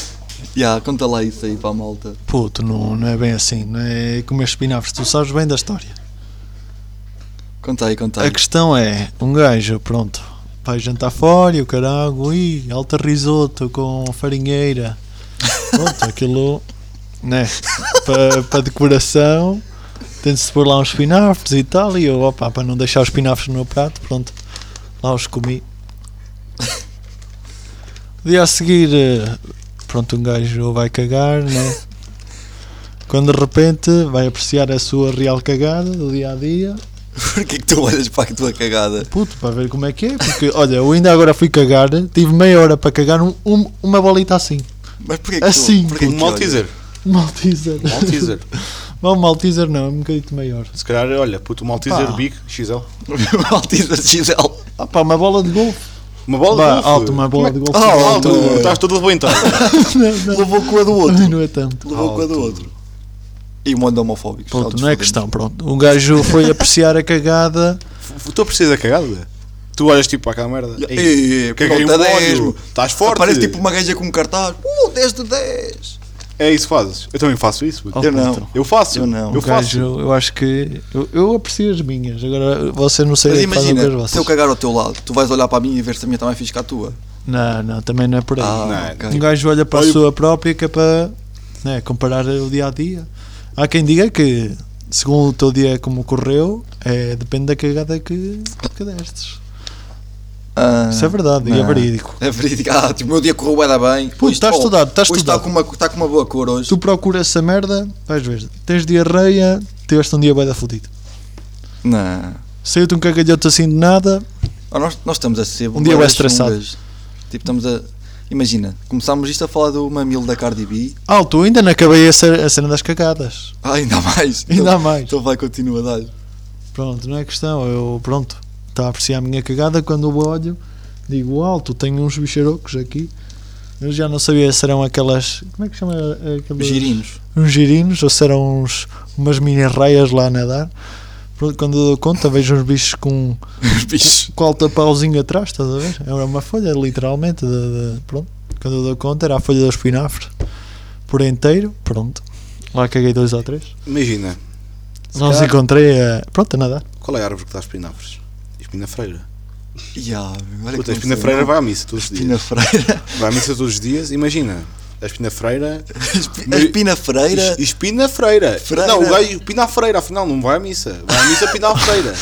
S2: (laughs) Já, conta lá isso aí para a malta.
S3: Puto, não, não é bem assim, não é como estes espinafres, tu sabes bem da história.
S2: Conta aí, conta aí.
S3: A questão é, um gajo, pronto, vai jantar fora e o caralho, ui, alta risoto com farinheira. Pronto, aquilo, né, para pa decoração, tem-se de pôr lá uns espinafres e tal, e eu, opa, para não deixar os espinafres no meu prato, pronto, lá os comi. (laughs) Dia a seguir, eh, pronto, um gajo vai cagar, né? Quando de repente vai apreciar a sua real cagada do dia a dia,
S2: (laughs) Porquê que tu olhas para a tua cagada?
S3: Puto, para ver como é que é, porque olha, eu ainda agora fui cagar, tive meia hora para cagar um- um- uma bolita assim.
S2: Mas porquê que
S3: Assim,
S2: tu... Porquê
S1: Um
S2: que olhas?
S1: malteaser.
S3: Um Malteser.
S1: Um Malteaser.
S3: Bom, um Malteser não, é um bocadinho maior.
S1: Se calhar, olha, puto, um Malteaser
S3: Pá.
S1: Big XL.
S2: Malteaser XL.
S3: Ah pá, uma bola de golfe.
S1: Uma bola
S3: Bah,
S1: de golfe.
S3: alto, uma bola
S1: Como
S3: de
S1: é-
S3: golfe.
S1: Ah,
S2: Alto.
S1: alto. Estás todo arrebentado.
S3: (laughs) não, não,
S2: Levou com a do outro.
S3: não é tanto.
S2: Levou com a do
S1: Alto.
S2: outro. E um ando homofóbico.
S3: Pronto, não é questão, pronto. Um gajo foi apreciar a cagada.
S1: F- Tu precisas da cagada? Tu olhas tipo para aquela merda.
S2: Ei, ei, ei,
S1: que é que é
S2: pronto,
S1: um
S2: é
S1: ódio?
S2: dez.
S1: Estás forte.
S2: Parece tipo uma gaja com um cartaz. Uh, 10 de 10.
S1: É isso que fazes. Eu também faço isso. puto.
S3: Oh,
S2: eu
S3: puto.
S2: não.
S1: Eu faço.
S2: Eu não.
S1: Eu
S3: Um
S1: faço.
S3: gajo, eu acho que. Eu, eu aprecio as minhas, agora vocês não
S2: Mas
S3: sei é
S2: imagina, se eu
S3: vocês.
S2: cagar ao teu lado, tu vais olhar para mim e ver se a minha também é fixe que a tua.
S3: Não, não, também não é por aí.
S2: Ah,
S1: Não,
S3: Um
S2: ok.
S3: gajo olha para a
S1: Olha-
S3: sua própria que é para né, comparar o dia a dia. Há quem diga que, segundo o teu dia como correu, é, depende da cagada que, que destes.
S2: Ah,
S3: Isso é verdade e é
S2: não.
S3: verídico.
S2: É verídico. Ah, tipo, o meu dia correu bué da bem.
S3: Pô,
S2: Hoje
S3: está
S2: tô-
S3: estudado, está
S2: Hoje está
S3: estudado.
S2: com, uma, está com uma boa cor hoje.
S3: Tu procuras essa merda, vais ver. Tens diarreia, tiveste um dia bem da fudido.
S2: Não.
S3: Saiu-te um cagalhoto assim de nada,
S2: Ah, nós, nós estamos a ser
S3: Um dia
S2: bué
S3: bué estressado.
S2: chungas. Tipo, estamos a... Imagina, começámos isto a falar do mamilo da Cardi B.
S3: alto, ainda não acabei a, ce- a cena das cagadas.
S2: Ah, ainda há mais.
S3: Ainda
S2: Então-
S3: há mais.
S2: Então vai, continua a dar.
S3: Pronto, não é questão. Eu, pronto, está a apreciar a minha cagada. Quando eu olho, digo alto, tenho uns bicharocos aqui. Eu já não sabia se eram aquelas. Como é que chama? eh, Aquelas,
S2: Girinos.
S3: Uns girinos, ou se eram uns, umas mini raias lá a nadar. Pronto, Quando eu dou conta, vejo uns bichos com,
S2: Os bichos.
S3: com alta pauzinho atrás, estás a ver? Era uma folha, literalmente. de- de- pronto, quando eu dou conta, era a folha do espinafre por inteiro. Pronto, lá caguei dois ou três.
S1: Imagina,
S3: não os
S1: calhar-
S3: encontrei a. Pronto, a nadar.
S1: qual é a árvore que dá espinafres? Espinafreira.
S2: Ya, meu, olha que
S1: Puta, a
S2: não sei.
S1: espinafreira vai à missa todos os
S2: Espina
S1: dias. (laughs)
S2: Freira.
S1: Vai à missa todos os dias. Imagina, a espinafreira.
S2: A Espina Freira.
S1: Es- Espinafreira.
S2: Freira.
S1: Não, o gajo pinafreira, afinal, não vai à missa. Vai à
S2: (laughs)
S1: missa pinafreira.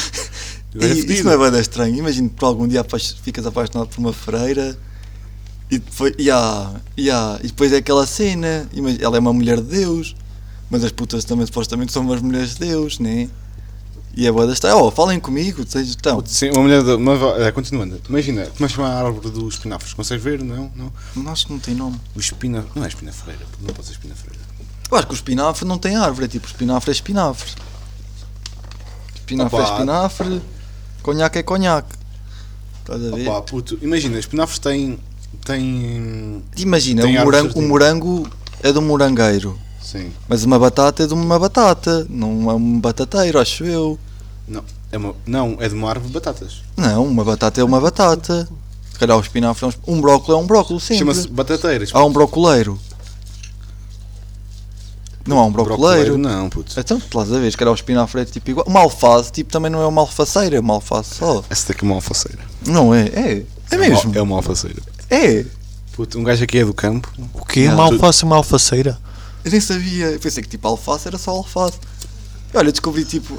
S1: O gajo é
S2: E, isso
S1: fedido.
S2: não é bem estranho. Imagina que tu algum dia apaix- ficas apaixonado por uma freira e depois, ya, ya, e depois é aquela cena. imag- Ela é uma mulher de Deus, mas as putas também supostamente são umas mulheres de Deus, né? E é boa estranha. Oh, falem comigo, vocês estão.
S1: Sim, uma mulher. de- uma va- é, continuando, imagina, como é que chama a árvore dos espinafres? Consegues ver? Não? não?
S2: Nossa, não tem nome.
S1: O espina. Não é espinafreira, não pode ser espinafreira.
S2: Eu acho que o espinafre não tem árvore, é tipo espinafre é espinafre. Espinafre é
S1: Opa.
S2: espinafre, conhaque é conhaque. Estás a ver?
S1: Opa, puto, imagina, espinafres têm. têm.
S2: Imagina,
S1: Tem
S2: o
S1: árvores
S2: morango, o
S1: certinho.
S2: morango é de um morangueiro.
S1: Sim.
S2: Mas uma batata é de uma batata, não é um batateiro, acho eu.
S1: Não, é, uma, não, é de uma árvore de batatas.
S2: Não, uma batata é uma batata. Se calhar o espinafre é um, esp- um brócolis é um brócolis, sim.
S1: Chama-se batateira.
S2: Há um brocoleiro. Não há um brocoleiro.
S1: Não, puto.
S2: Então, tu estás a ver, se calhar o espinafre é tipo igual. Uma alface, tipo, também não é uma alfaceira, é uma alface só.
S1: Essa daqui é uma alfaceira.
S2: Não é? É. É mesmo?
S1: É uma alfaceira.
S2: É.
S1: Puto, um gajo aqui é do campo.
S3: O quê?
S2: Não,
S3: uma
S1: tu-
S3: alface, uma alfaceira?
S2: Eu nem sabia. Eu pensei que tipo alface era só alface. E olha, descobri tipo.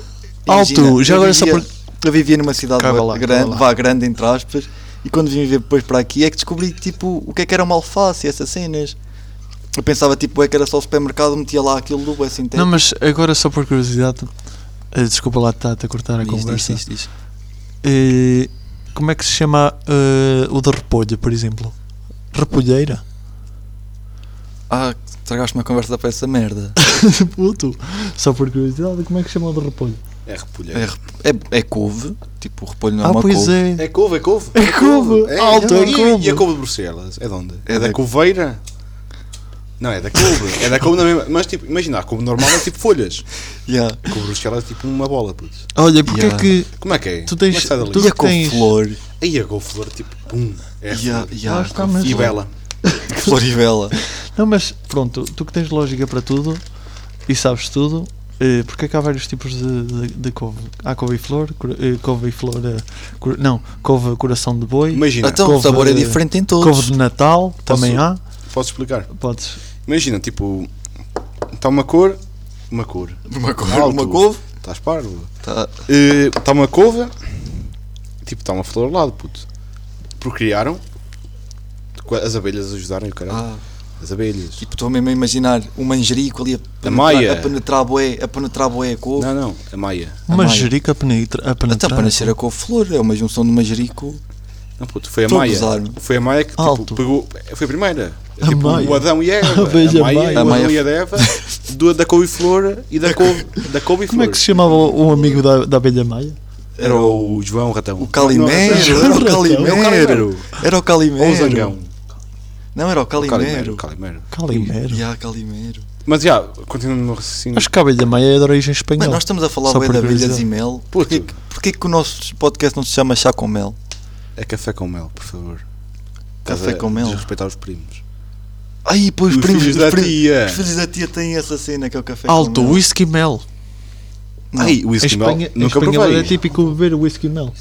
S3: Alto,
S2: imagina,
S3: já
S2: eu
S3: agora só
S2: vivia- Eu vivia numa cidade
S3: Calma
S2: ba-
S3: lá,
S2: grande,
S3: calma lá.
S2: vá grande, entre aspas, e quando vim viver depois para aqui é que descobri tipo o que é que era uma alface e essas cenas. Eu pensava tipo é que era só o supermercado, metia lá aquilo do assim.
S3: Não, mas agora só por curiosidade, eh, desculpa lá estar a cortar a conversa. Eh, como é que se chama eh, o de repolho, por exemplo? Repolheira?
S2: Ah, tragaste uma conversa para essa merda.
S3: (laughs) Puto, só por curiosidade, como é que se chama o de repolho?
S1: É repulha.
S2: É, rep- é, é couve, tipo o repolho não é
S3: ah,
S2: uma
S3: pois
S2: couve.
S3: é.
S1: É couve, é couve.
S3: É couve. Alto, é
S1: e,
S3: couve.
S1: E a couve de Bruxelas? É de onde?
S2: É
S1: É, da
S2: da-
S1: couveira? Não, é da couve. é da couve na mesma. Mas tipo, imagina, a couve normal é tipo folhas.
S2: Yeah.
S1: A couve de Bruxelas é tipo uma bola, puto.
S3: Olha, porque
S2: Yeah.
S3: é que.
S1: Como é que é?
S3: Tu tens-
S1: Como é que sai dali?
S3: tu-
S2: E a
S3: que tens-
S2: couve-flor,
S1: Aí a couve flor tipo, pum. É
S2: Yeah,
S1: flor.
S2: yeah,
S3: Ah, está mesmo.
S1: E bela.
S2: florivela.
S3: Não, mas pronto, tu que tens lógica para tudo e sabes tudo, eh, porque é que há vários tipos de, de, de couve? Há couve-flor, cor- eh, couve-flor. eh, cor- Não, couve coração de boi,
S1: Imagina,
S2: Então o
S3: Couve-
S2: sabor é diferente em todos.
S3: couve de Natal, também há.
S1: posso explicar?
S3: Podes.
S1: Imagina, tipo, está uma cor, uma cor.
S2: Uma couve,
S1: Alto.
S2: Ah, uma couve.
S1: Estás parvo?
S2: Tá.
S1: Está Eh, uma couve, tipo, está uma flor ao lado, puto. Procriaram, as abelhas ajudaram e o caralho.
S2: Ah.
S1: As abelhas.
S2: Tipo, estou mesmo a imaginar um manjerico ali a penetrar,
S1: maia.
S2: a penetrar bué, a penetrar bué a couve.
S1: Não, não, a maia.
S2: A
S3: Uma
S2: Maia. Então,
S3: jerica a penetrar. A
S2: Até
S3: penetrar.
S2: para nascer a couve-flor, é uma junção de manjerico.
S1: Não, puto, foi a
S2: Estou a
S1: maia.
S2: gozar.
S1: Foi a maia que tipo,
S3: Alto.
S1: pegou. Foi a primeira.
S3: A
S1: tipo,
S3: Maia.
S1: o Adão e a Eva.
S3: A abelha
S1: a Maia,
S3: Maia.
S1: o
S2: A Maia.
S1: Adão e a Eva, do, da couve-flor e da couve, da couve
S3: Como é que se chamava o o amigo da, da abelha maia?
S1: Era o João Ratão.
S2: O Calimero,
S1: Não,
S2: era o
S1: É
S2: Calimero. Era
S1: o Calimero.
S2: o Calimero.
S1: Ou o Zangão.
S2: Não, era o
S1: O
S2: Calimero.
S1: Calimero. Calimero.
S3: Calimero.
S2: Ya, Calimero.
S1: Mas já, continuando no raciocínio.
S3: Acho que a abelha maia é de origem espanhola.
S2: Mano, nós estamos a falar
S3: Só
S2: bué
S3: por
S2: de abelhas
S3: curiosidade.
S2: e mel.
S1: Puto.
S2: Porquê, que- porquê que o nosso podcast não se chama Chá com Mel?
S1: É café com mel, por favor.
S2: Café
S1: Estás a
S2: com mel.
S1: Respeitar os primos.
S2: Ai, pois,
S1: Os
S2: primos,
S1: filhos
S2: os
S1: da
S2: primos-
S1: tia.
S2: Os filhos da tia têm essa cena que é o café
S3: Alto,
S2: com mel.
S3: whisky mel.
S2: Não.
S1: Ai,
S3: Em
S1: o whisky mel.
S3: Espanha, em
S1: Nunca
S3: Espanha
S1: provei.
S3: é típico beber whisky mel.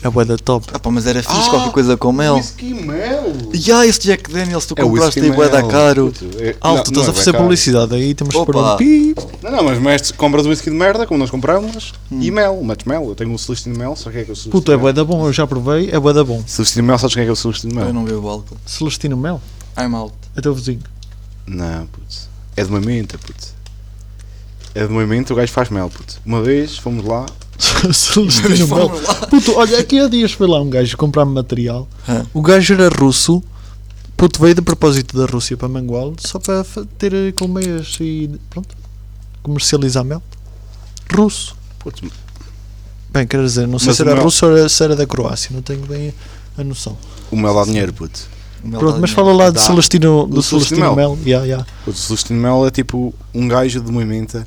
S3: É bué da top.
S2: Ah pá, mas era fixe
S1: Ah,
S2: qualquer coisa com mel.
S1: Whisky mel.
S2: Ya, esse Jack Daniels tu
S1: É o
S2: compraste
S1: whisky
S2: e bué da
S1: mel.
S2: caro.
S1: Puto, é- não,
S3: Alto,
S1: não
S3: estás
S1: é
S3: a fazer
S1: caro.
S3: publicidade. Aí temos que
S2: Opa.
S3: pôr um pi.
S1: Não, não, mas mestre, compras um whisky de merda, como nós comprámos,
S2: Hum.
S1: e mel. Metes mel. Eu tenho um celestino de mel, só que é que eu sou.
S3: Puto, é bué da bom. Eu já provei. É bué da bom.
S1: Celestino de mel, sabes quem é que é o celestino de
S2: Eu
S1: mel?
S2: não bebo álcool.
S3: Celestino mel.
S2: I'm out.
S3: É teu vizinho.
S1: Não, putz. É de uma menta, putz. É de uma menta, o gajo faz mel, putz. Uma vez fomos lá,
S3: (laughs) Celestino Mel.
S2: Vamos lá.
S3: Puto, olha, aqui há dias foi lá um gajo comprar-me material.
S2: Hã?
S3: O gajo era russo. Puto, veio de propósito da Rússia para Mangual só para fa- ter eh, colmeias e pronto. Comercializar mel. Russo.
S1: putz,
S3: Bem, quer dizer, não sei
S1: Mas
S3: se
S1: o
S3: era
S1: mel-
S3: russo ou era- se era da Croácia. Não tenho bem a noção.
S1: o mel dá dinheiro, putz.
S3: Pronto, mas fala lá de
S1: Dá.
S3: Celestino, do
S1: Do Celestino
S3: Celestino Mel. Yeah, yeah.
S1: Putz, o celestino de mel é tipo um gajo de uma menta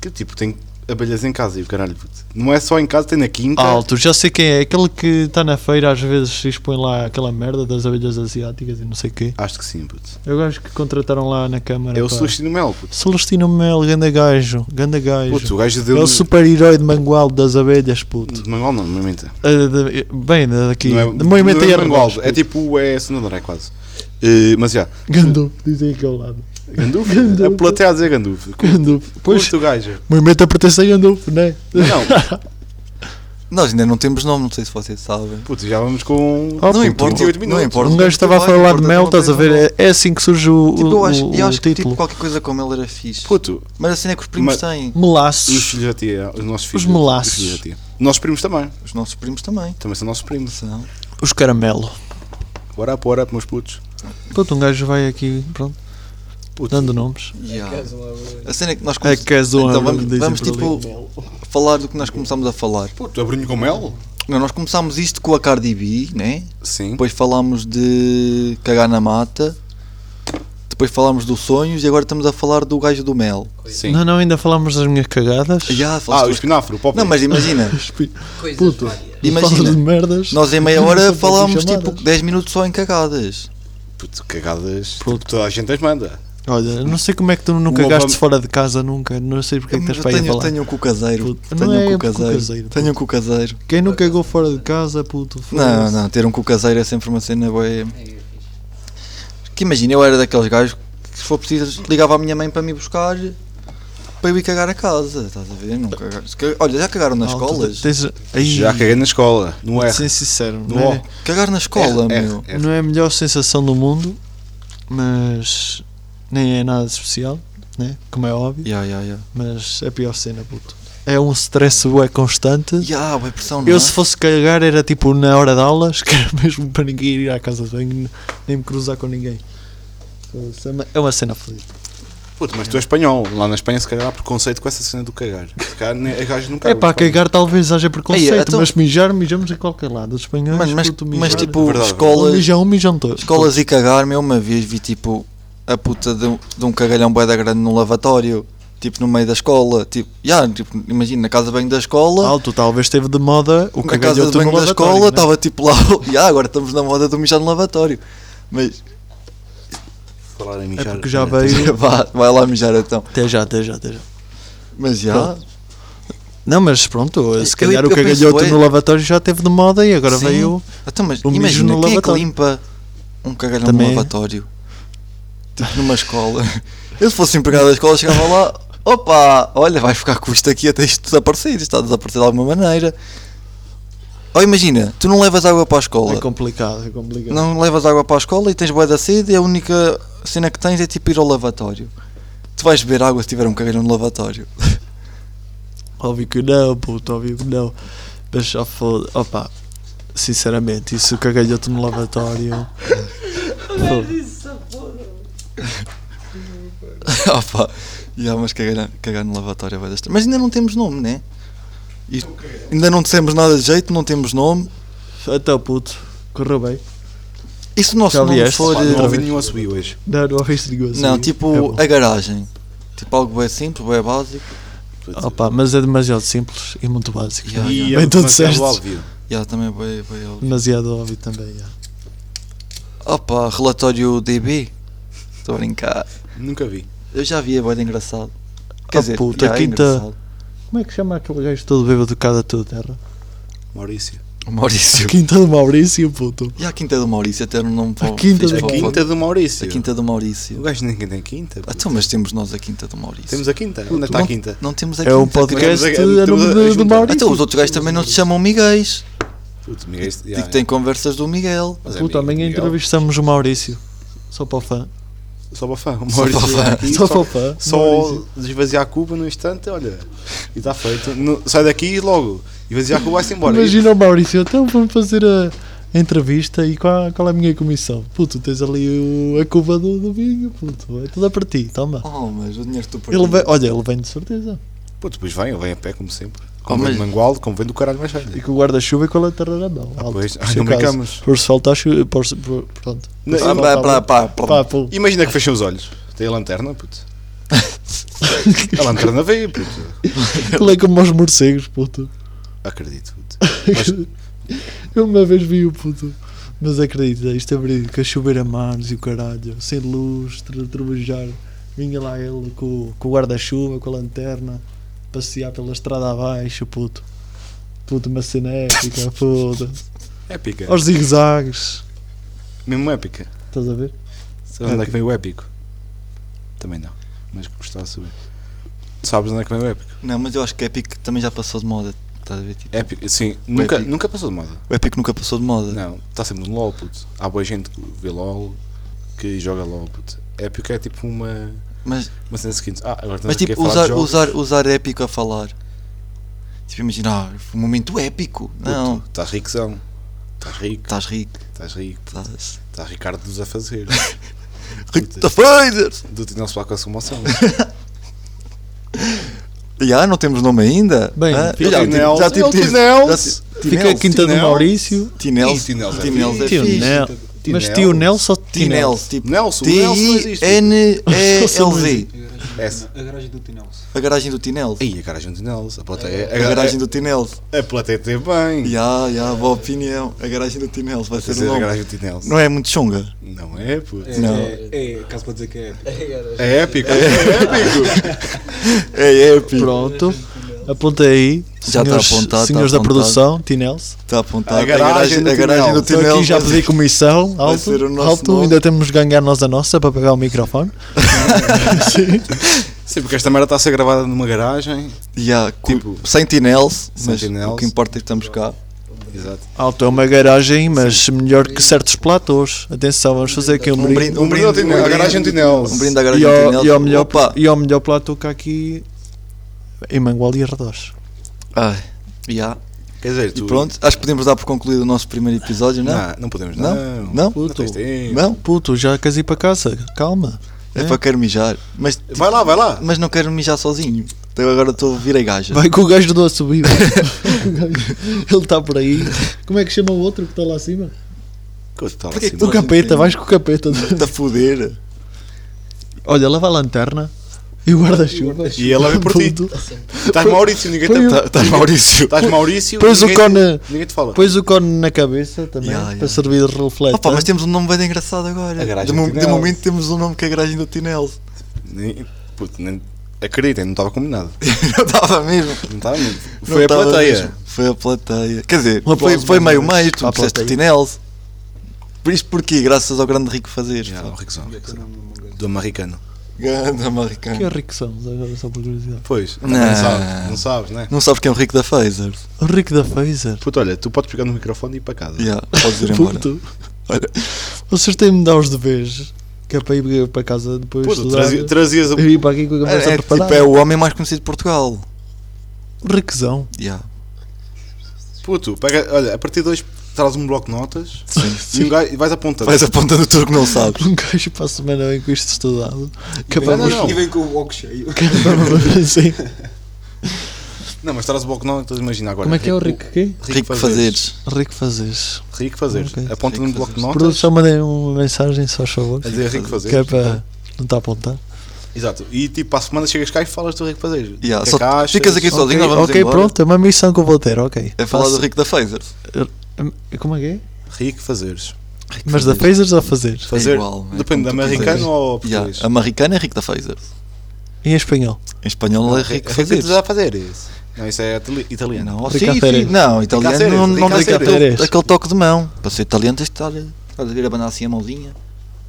S1: que tipo tem abelhas em casa e o caralho, putz. Não é só em casa, tem na quinta.
S3: Alto, já sei quem é. Aquele que está na feira às vezes se expõe lá aquela merda das abelhas asiáticas e não sei o quê.
S1: Acho que sim, putz.
S3: É o gajo que contrataram lá na Câmara.
S1: É o
S3: pá.
S1: celestino de mel, putz.
S3: Celestino Mel, ganda gajo, ganda gajo.
S1: Putz, o gajo
S3: é
S1: deu
S3: o super-herói de Mangual das abelhas, puto.
S1: de Mangual não, de uma menta.
S3: Ah, de- bem, da- daqui.
S1: Hum. Não é,
S3: de movimento
S1: não
S3: aí
S1: é
S3: a
S1: Mangual,
S3: rebote,
S1: é tipo, é Sonador, é quase. Eh, mas já,
S3: puto. Gandu, dizem aqui ao lado.
S1: Ganduf,
S3: Ganduf.
S1: a plateia a dizer Ganduf.
S3: Gandu. Pois,
S1: Curto o gajo.
S3: movimento a pertence a Gandu, né?
S1: Não,
S2: Nós ainda não temos nome, não sei se vocês sabem.
S1: putz, já vamos com
S3: Oh, puto.
S2: não, importa,
S1: 28
S2: não
S1: minutos.
S2: importa.
S3: Um gajo estava a
S2: Vai,
S3: falar de
S2: importa,
S3: mel,
S2: não tem
S3: estás a
S2: nome.
S3: ver? É é assim que surge o,
S2: Tipo, eu
S3: o-
S2: acho, eu
S3: o
S2: acho que tipo,
S3: título.
S2: qualquer coisa com mel era fixe.
S1: Puto,
S2: Mas assim é que os primos
S1: Mas-
S2: têm.
S1: os
S3: Melaços.
S1: filhos da tia, os nossos filhos.
S3: melaços.
S1: filhos da tia. Nossos primos também.
S2: Os nossos primos também.
S1: Também são nossos primos.
S2: São.
S3: Os caramelo.
S1: Bora up, bora up, meus putos.
S3: Pronto, um gajo vai aqui, pronto,
S1: Puto,
S3: dando nomes.
S2: Yeah. A cena é que nós
S3: É
S2: começamos.
S3: que és um
S2: Então
S3: amor,
S2: vamos,
S3: dizem
S2: vamos
S3: por
S2: tipo
S3: ali.
S2: falar do que nós começámos a falar.
S1: puto, abrinho com mel?
S2: Não, nós começámos isto com a Cardi B, né?
S1: Sim.
S2: Depois falámos de cagar na mata. Depois falámos dos sonhos e agora estamos a falar do gajo do mel.
S1: Sim.
S3: Não, não, ainda falámos das minhas cagadas.
S2: Já,
S1: Ah, o
S2: falaste
S1: espinafre, o pop.
S2: Não, mas imagina,
S3: Espi- (laughs)
S4: Coisas
S3: Puto.
S4: várias.
S3: Falas de
S2: imagina.
S3: merdas. um
S2: Nós em
S3: (laughs)
S2: meia
S3: Não
S2: hora
S3: sei
S2: falámos
S3: chamadas.
S2: tipo 10 minutos só em cagadas.
S1: Puto, cagadas. Tipo,
S3: Puto.
S1: Toda a gente as manda.
S3: Olha, eu não sei como é que tu nunca
S1: Uma
S3: gastes
S1: vam-
S3: fora de casa, nunca. Não sei porque é que estás
S2: Eu
S3: para aí a
S2: tenho,
S3: falar.
S2: tenho um cu caseiro.
S3: Puto,
S2: Tenho
S3: não é
S2: um cu
S3: cu
S2: caseiro.
S3: caseiro,
S2: Tenho um cu caseiro.
S3: Quem nunca cagou fora de casa, puto?
S2: Não,
S3: foda-se.
S2: não, ter um cu caseiro é sempre uma cena boa.
S4: É fixe.
S2: Que imagina, eu era daqueles gajos que se for preciso ligava à minha mãe para me buscar para eu ir cagar a casa, estás a ver? Não cagar- se cagar- Olha, já cagaram nas
S3: Malta,
S2: escolas? é
S3: Tens... Ai,
S1: Já caguei na escola,
S2: um
S1: no
S3: vou-te
S1: R.
S3: ser sincero,
S1: No
S3: não é,
S1: O.
S2: Cagar na escola,
S1: R,
S2: meu.
S1: R.
S3: não é a melhor sensação do mundo, mas nem é nada especial, né? como é óbvio,
S2: Ya, ya, ya.
S3: mas é a pior cena, puto. É um stress bué constante.
S2: Ya, vai pressão, não
S3: Eu
S2: é?
S3: se fosse cagar era tipo na hora de aulas, (laughs) que era mesmo para ninguém ir à casa de banho, nem me cruzar com ninguém. É uma- É uma cena feliz.
S1: Puto, mas tu és espanhol. Lá na Espanha, se calhar, há preconceito com essa cena do cagar. Se calhar, nem- a gajo
S2: Tá
S1: nunca
S3: É pá, cagar talvez haja preconceito,
S2: Ei, então-
S3: mas mijar, mijamos em qualquer lado. Os espanhóis,
S2: Mano, mas,
S3: puto,
S2: mas
S3: mijar.
S2: tipo,
S3: Ou
S1: Verdade.
S2: escolas,
S3: mijam, um, mijam todos.
S2: escolas e cagar, meu, uma vez vi tipo a puta de, um- de um cagalhão bué da grande num lavatório, tipo no meio da escola, tipo, ya, tipo, imagina, na casa de banho da escola,
S3: Alto, talvez esteve de moda Ah, o
S2: na casa de
S3: cagalhoto
S2: banho
S3: no
S2: da
S3: lavatório,
S2: escola,
S3: né?
S2: estava tipo lá, (laughs) ya, agora estamos na moda do mijar no lavatório. Mas
S1: Falar em
S3: É
S1: mijar.
S3: porque já
S1: Olha,
S3: veio.
S2: (laughs) vá, vai lá mijar então.
S3: Até já, até já, até já.
S2: Mas já,
S3: Pronto. Não, mas pronto, se
S2: Eu-
S3: calhar
S2: eu
S3: o cagalhoto
S2: penso,
S3: no
S2: é-
S3: lavatório já esteve de moda e agora
S2: Sim.
S3: veio.
S2: Então, mas
S3: O mijo
S2: imagina,
S3: no
S2: quem é que
S3: lavatório.
S2: limpa um cagalhão
S3: Também é.
S2: num lavatório? Tipo numa escola. (laughs) Eu se fosse empregado da escola chegava lá, opa, olha, vais ficar com isto aqui até isto desaparecer, isto está a desaparecer de alguma maneira. Ou imagina, tu não levas água para a escola.
S3: É complicado, é complicado.
S2: Não levas água para a escola e tens boa da sede e a única cena que tens é tipo ir ao lavatório. Tu vais beber água se tiver um cagalhão no lavatório.
S3: Óbvio que não, puto, óbvio que não. Mas já foda. Opa, sinceramente, isso cagalhoto no lavatório.
S2: (laughs) Opa, já, mas cagar, cagar no lavatório é bué da estranho. Mas ainda não temos nome, né? E, ainda não dissemos nada de jeito, não temos nome.
S3: Até Então, puto, correu bem.
S2: E se o nosso
S3: Já
S2: nome
S3: vieste?
S2: for.
S1: Pá,
S2: eh,
S1: não ouvi nenhum a subir hoje.
S3: Não, não ouviste ninguém assim.
S2: não,
S3: É
S2: tipo
S3: bom.
S2: a garagem. Tipo algo bem simples, bem básico.
S1: Puto.
S3: Opa, mas é demasiado simples e muito básico.
S2: Yeah.
S1: E
S3: Bem,
S1: é
S3: tudo
S1: demasiado
S3: certo.
S1: óbvio.
S2: Já, também bem, bem óbvio.
S3: Demasiado óbvio também. já.
S2: Opa, relatório DB. Estou a brincar.
S1: Nunca vi.
S2: Eu já vi, é bem engraçado. Quer
S3: Ah,
S2: dizer,
S3: puta,
S2: já, é
S3: quinta-
S2: engraçado.
S3: Como é que chama aquele gajo todo bêbado cá da tua terra?
S1: Maurício.
S2: O Maurício.
S3: Quinta do Maurício, puto.
S2: E a quinta do Maurício, até um nome para o-
S3: quinta
S2: fixe
S3: do-
S1: A
S2: para o-
S1: quinta do Maurício.
S2: A quinta do
S1: O
S2: Maurício.
S1: gajo ninguém tem quinta.
S3: Ah,
S1: puto.
S2: Então, mas temos nós a quinta do Maurício.
S1: Temos a quinta. Onde é que está a
S2: não,
S1: quinta?
S2: Não temos a
S3: É o
S2: quinta,
S3: podcast
S1: Temos
S3: a
S1: a- temos a-
S3: nome do- do
S1: junta.
S3: Maurício.
S2: Então os outros gajos também não se chamam Miguéis.
S1: Puto, Miguel, este-
S2: Digo
S1: yeah,
S2: que tem conversas do Miguel.
S1: Mas é
S3: Tipo, Puto,
S1: amigo do
S3: amanhã
S1: Miguel.
S3: entrevistamos o Maurício. Só para o fã.
S1: Só para fã. O
S2: Só para
S1: Maurício.
S2: fã.
S1: é aqui,
S3: Só para o fã.
S1: Só desvaziar a Cuba no instante, olha. E está feito. No- sai daqui e logo. E vaziar a Cuba vai-se embora.
S3: Imagina o Maurício, então vamos fazer a a entrevista e qual, qual é a minha comissão? Puto, tens ali o- a cuba do, do vinho, puto, é tudo a para ti, toma.
S2: Oh, mas o dinheiro que tu perdeste.
S3: Ele vem, olha, ele vem de certeza.
S1: Pô, depois vem, vem a pé, como sempre. Como
S2: Oh,
S1: vem
S2: mas-
S1: do Mangualdo, como vem do caralho mais
S3: E
S1: velho.
S3: com o guarda-chuva e com a lanterna na mão. alto,
S1: pois.
S3: por
S1: Ah,
S3: se
S1: não
S3: acaso.
S1: brincamos.
S3: Por se faltar chuva, por se- por- pronto.
S1: Não,
S2: Ah,
S1: ima-
S2: pá, pá, pá, pá.
S3: Pá, pô.
S1: Imagina que fechei os olhos. Tem a lanterna, puto. A lanterna veio, puto.
S3: (laughs) Ele é como aos morcegos, puto.
S1: Acredito, puto.
S3: (laughs) Eu uma vez vi o puto. Mas acredita, isto é verídico, a chover a mares e o caralho, sem luz, tra- trabalhar. Vinha lá ele com, com o guarda-chuva, com a lanterna, passear pela estrada abaixo, puto. Puto, uma cena épica, foda.
S1: Épica.
S3: Aos zigue-zagues,
S1: Mesmo épica.
S3: estás a ver?
S1: Sabes onde é que veio o épico? Também não. Mas gostava de saber. Sabes onde é que veio o épico?
S2: Não, mas eu acho que Epic também já passou de moda. Estás a ver? Tipo,
S1: Épico, sim. Nunca,
S2: épico.
S1: nunca passou de moda.
S2: O Epic nunca passou de moda.
S1: Não, está sempre no LOL, puto. Há boa gente que vê LOL, que joga LOL, puto. Épico é tipo uma,
S2: Mas,
S1: uma cena seguinte. Ah, agora estamos
S2: mas
S1: aqui a
S2: tipo,
S1: falar
S2: usar,
S1: de jogos.
S2: usar, usar Epic a falar. Tipo, imagina, ah, foi um momento épico.
S1: Puto,
S2: Não,
S1: Estás ricozão. Estás rico,
S2: estás rico.
S1: estás rico.
S2: Estás
S1: Estás Ricardo dos
S2: (laughs)
S1: a fazer.
S2: rico da Freiders.
S1: Do Tinel se com a sumação.
S2: E ah, não temos nome ainda.
S3: Bem,
S2: Ah,
S3: fica-
S2: já,
S1: Tinel.
S2: já tipo,
S1: É o Tinel.
S2: já tipo-
S3: Fica a quinta do
S1: Tinels.
S3: Maurício.
S2: Tinels.
S1: Ih, Tinels é
S2: Tinels é
S1: fixe.
S3: Tio
S2: fixe.
S3: Nel.
S1: Tinel.
S3: Mas tio Nelson ou Tinel?
S2: Tinels, tipo
S1: Nelson, o Nelson não existe. (laughs)
S2: T-I-N-E-L-Z.
S1: S.
S4: A garagem do Tinels.
S2: A garagem do Tinels.
S1: Aí, a garagem do Tinels. A plateia,
S2: É, A
S1: é-
S2: garagem do Tinels.
S1: a, a plateia teve bem.
S2: Ya, ya, boa opinião. A garagem do Tinels vai
S1: Quer
S2: ser o
S1: dizer, a
S2: nome.
S1: garagem do Tinels.
S2: Não é muito chunga?
S1: Não é, puto.
S4: É,
S2: Não.
S4: É, é, caso para dizer que é épico.
S1: É épico. É épico.
S2: É épico.
S3: Pronto. Apontei aí.
S2: Já está
S3: senhores,
S2: apontado, está
S3: Senhores da
S2: apontado.
S3: produção, Tinels.
S2: Está Tá apontado.
S1: A garagem do
S2: a garagem do
S3: Estou
S2: Tinel.
S3: aqui já a
S2: vai
S3: pedir comissão.
S2: vai
S3: Alto,
S2: ser o nosso
S3: alto
S2: nome.
S3: ainda temos de ganhar nós a nossa para pagar o microfone. Sim.
S1: Sim, porque esta merda está a ser gravada numa garagem.
S2: Ya, cu-
S1: Tipo,
S2: sem tinels,
S1: sem
S2: mas
S1: tinels.
S2: o que importa é que estamos cá.
S1: Exato.
S3: Alto é uma garagem, mas melhor que certos platôs. Atenção, vamos fazer aqui um brinde.
S1: Um brinde ao Tinel, à garagem Tinels.
S2: Um brinde à
S3: E
S2: garagem
S3: ao,
S2: Tinels.
S3: e ao melhor,
S2: Opa.
S3: e ao melhor platô que há aqui em Mangual e Arredores.
S2: Ai, ya.
S1: Quer dizer,
S2: E
S1: tu-
S2: pronto, né? acho que podemos dar por concluído o nosso primeiro episódio, não? é?
S1: Não, não podemos,
S2: Não?
S1: não.
S2: Não?
S1: Não tens tempo.
S2: Não?
S3: Puto, já queres ir para casa? (laughs) Calma.
S2: É,
S3: É.
S2: para quero mijar. Mas, tipo,
S1: Vai lá, vai lá.
S2: mas não quero mijar sozinho. Então agora estou a virei gaja.
S3: Vai que o gajo do nosso vivo. (laughs) Ele está por aí. Como é que chama o outro que está lá acima?
S1: Coitado,
S2: Porquê
S1: assim,
S2: que
S1: não
S3: O
S1: é?
S3: capeta, vais com o capeta.
S2: Está Tá a foder.
S3: Olha, leva a lanterna e o guarda-chuva.
S1: E ela vem por ti.
S3: Puto.
S1: Estás Maurício, ninguém
S3: Põe
S1: te
S3: um-
S1: tá- Estás Maurício. Estás Maurício.
S3: Pões o
S1: ninguém te-
S3: cone-
S1: Ninguém te fala.
S3: Pões o cone na cabeça também,
S2: Ya, ya.
S3: para servir de reflete.
S2: Opa, mas temos um nome bem engraçado agora.
S1: A garagem
S2: De,
S1: do
S2: mo- de
S1: Tinels.
S2: momento temos um nome que é a garagem do Tinels.
S1: Nem- Puto, nem... Acreditem, não estava combinado.
S2: (laughs) Não estava mesmo.
S1: Não estava mesmo.
S2: Não
S1: Foi a
S2: tava
S1: plateia.
S2: mesmo. Foi a plateia. Quer dizer,
S3: Um
S2: foi,
S3: aplauso
S2: foi
S3: mais
S2: meio
S3: uma vez
S2: meio,
S3: à
S2: tu disseste o
S3: plateia.
S2: Tinels. Por isto porquê? Graças ao grande Rico Fazeres.
S1: Já, o
S2: pá.
S1: Rickson.
S4: é que é o nome do meu gajo?
S1: Do americano.
S2: Grande
S3: Que é
S2: americano.
S3: rico somos agora, só por curiosidade.
S1: Pois. Não,
S2: Não.
S1: sabes, não sabes, né?
S2: Não sabes quem é o Rico da Phaser?
S3: O rico da Phaser.
S1: Puto, olha, tu podes pegar no microfone e ir para casa.
S2: Já, podes
S1: (laughs)
S2: ir embora.
S3: Puto.
S2: Olha.
S3: Vocês têm-me de dar os deveres. Que é para ir para casa depois
S1: Puto,
S3: estudar.
S1: trazi- trazias a.
S3: Eu vim para aqui com a cabeça
S2: É, é,
S3: preparada.
S2: tipo, é o homem mais conhecido de Portugal.
S3: Riquezão.
S2: Já.
S1: Puto, pega, olha, a partir de hoje traz um bloco de notas
S3: (laughs)
S1: e um gajo- e vais apontando.
S2: Vais apontando tudo o que não sabes.
S3: Um gajo para a semana vem com isto estudado. Que é para
S1: Não, não,
S3: vos-
S1: não.
S4: E vem com o óculos cheio.
S3: (laughs) que é para vos- Sim.
S1: Não, mas traz o bloco de notas, imagina agora. Tipo,
S3: Como é que é
S2: tipo,
S3: o rico quê?
S2: Rico Fazeres.
S3: Rico fazeres.
S1: Rico fazeres.
S3: Ok.
S1: Aponta num
S2: Rico
S1: bloco de
S2: Fazeres.
S1: notas.
S3: Produção, mandem uma mensagem, só faz favor.
S1: A dizer Rico
S3: Que é
S1: fazeres.
S3: para. Não está a apontar?
S1: Exato. E tipo, para a semana chegas cá e falas do Rico fazeres.
S2: Yeah,
S1: Que
S2: só-
S1: achas?
S2: ficas aqui só-
S3: Ok,
S2: Sozinho, nós vamos
S3: ok,
S2: embora.
S3: pronto, é uma missão que eu vou ter, ok.
S2: É falar do
S3: Faço-
S2: Rico da Phasers.
S3: Como é que é?
S1: Rico fazeres.
S3: Mas da Phasers ou fazer?
S1: Fazer.
S2: É igual, é
S1: depende da
S2: como tu quiseres.
S1: americano ou
S2: Já,
S1: português.
S2: Americano é Rico da Phasers.
S3: Em espanhol.
S2: Em espanhol é Rico
S1: Rico fazeres.
S2: Fazeres.
S1: já fazer isso. Não, isso é itali- italiano.
S2: Não,
S3: Rico
S2: sim,
S3: Fazeres.
S2: sim. não, italiano
S1: Fazeres,
S2: não, não
S1: Rico
S2: tem
S1: Fazeres.
S2: aquele, aquele toque de mão. Para ser italiano tens de estar a, estar a ver a banana assim a mãozinha.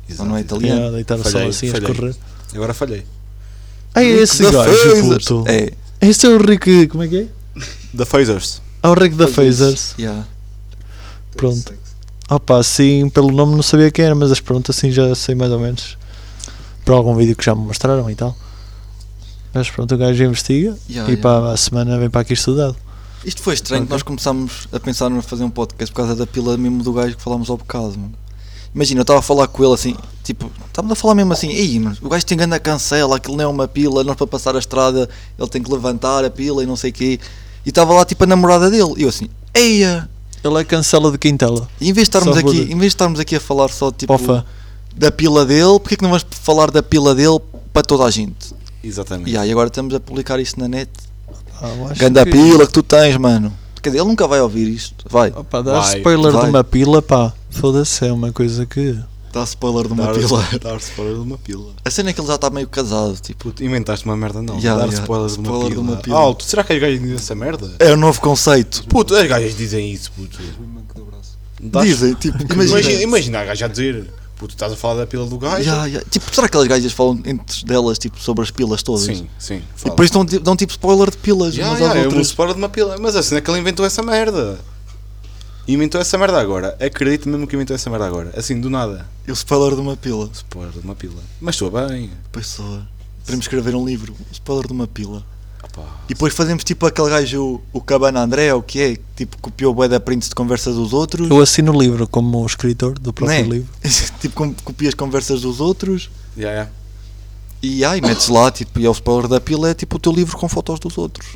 S1: Exato,
S2: não é
S1: exato.
S2: italiano.
S3: Yeah, deitar o sol
S1: Falhei,
S3: assim a
S1: falhei.
S3: escorrer.
S1: Agora falhei.
S3: Ah, é esse
S2: Da
S3: gajo,
S2: Phasers.
S3: puto.
S2: É.
S3: Esse é o Rico. Como é que é?
S1: The Phasers.
S3: É o Rico da Phasers.
S2: Yeah.
S3: Pronto. Opa, assim, pelo nome não sabia quem era, mas as pronto, assim já sei mais ou menos. Por algum vídeo que já me mostraram e tal. Mas pronto, o gajo investiga
S2: Yeah,
S3: e
S2: yeah.
S3: para a semana vem para aqui estudado.
S2: Isto foi estranho que nós começámos a pensar em fazer um podcast por causa da pila mesmo do gajo que falámos ao bocado, mano. Imagina, eu estava a falar com ele assim, tipo, estávamos a falar mesmo assim, ei, mano, o gajo tem grande cancela, aquilo não é uma pila, nós para passar a estrada ele tem que levantar a pila e não sei o quê. E estava lá tipo a namorada dele, e eu assim, eia!
S3: Ele é cancela de Quintela.
S2: E em vez de estarmos
S3: Só
S2: aqui,
S3: muda.
S2: em vez de estarmos aqui a falar só tipo
S3: Pofa.
S2: da pila dele, porque é que não vamos falar da pila dele para toda a gente?
S1: Exatamente.
S2: E aí agora estamos a publicar isto na net.
S3: Ah, eu acho
S2: Ganda
S3: que-
S2: pila que tu tens, mano. Quer dizer, ele nunca vai ouvir isto. Vai.
S3: Opa, dar
S1: Vai,
S3: spoiler
S2: vai.
S3: de uma pila, pá. Foda-se, é uma coisa que.
S2: Dá (laughs) spoiler de uma
S1: Dar-
S2: pila.
S1: Dar spoiler de uma pila.
S2: A cena é que ele já está meio casado, tipo.
S1: Puto, inventaste uma merda não.
S2: Ya,
S1: Dar
S2: ya.
S1: spoilers de uma
S2: Spoiler de
S1: pila.
S2: uma pila.
S1: Alto, será que as gajas dizem essa merda?
S2: É um novo conceito.
S1: Puto, as gajas dizem isso, puto.
S4: O manco do braço.
S1: Dás-
S2: Dizem, tipo, imagina.
S1: Imagina, imagina a gaja a dizer, puto, estás a falar da pila do gajo?
S2: Já, já. Tipo, será que aquelas gajas falam entre delas tipo, sobre as pilas todas?
S1: Sim, sim.
S2: E
S1: fala.
S2: depois dão, ti- dão tipo spoiler de pilas
S1: Ya,
S2: umas
S1: ya,
S2: às
S1: é um
S2: outras.
S1: spoiler de uma pila. Mas assim é que ele inventou essa merda. Inventou essa merda agora. Acredito mesmo que inventou essa merda agora. Assim, do nada.
S2: E o spoiler de uma pila.
S1: Spoiler de uma pila. Mas estou bem.
S2: Pessoa. Podemos escrever um livro. O spoiler de uma pila.
S1: Opa.
S2: E depois fazemos tipo aquele gajo, o Cabana André, ou o que é, que tipo copiou bué da prints de conversas dos outros.
S3: Eu assino o livro como escritor do próprio
S2: Né?
S3: livro.
S2: (laughs) tipo, com- copia as conversas dos outros.
S1: Ya, ya.
S2: E ai, metes lá, tipo, e é o spoiler da pila, é tipo o teu livro com fotos dos outros.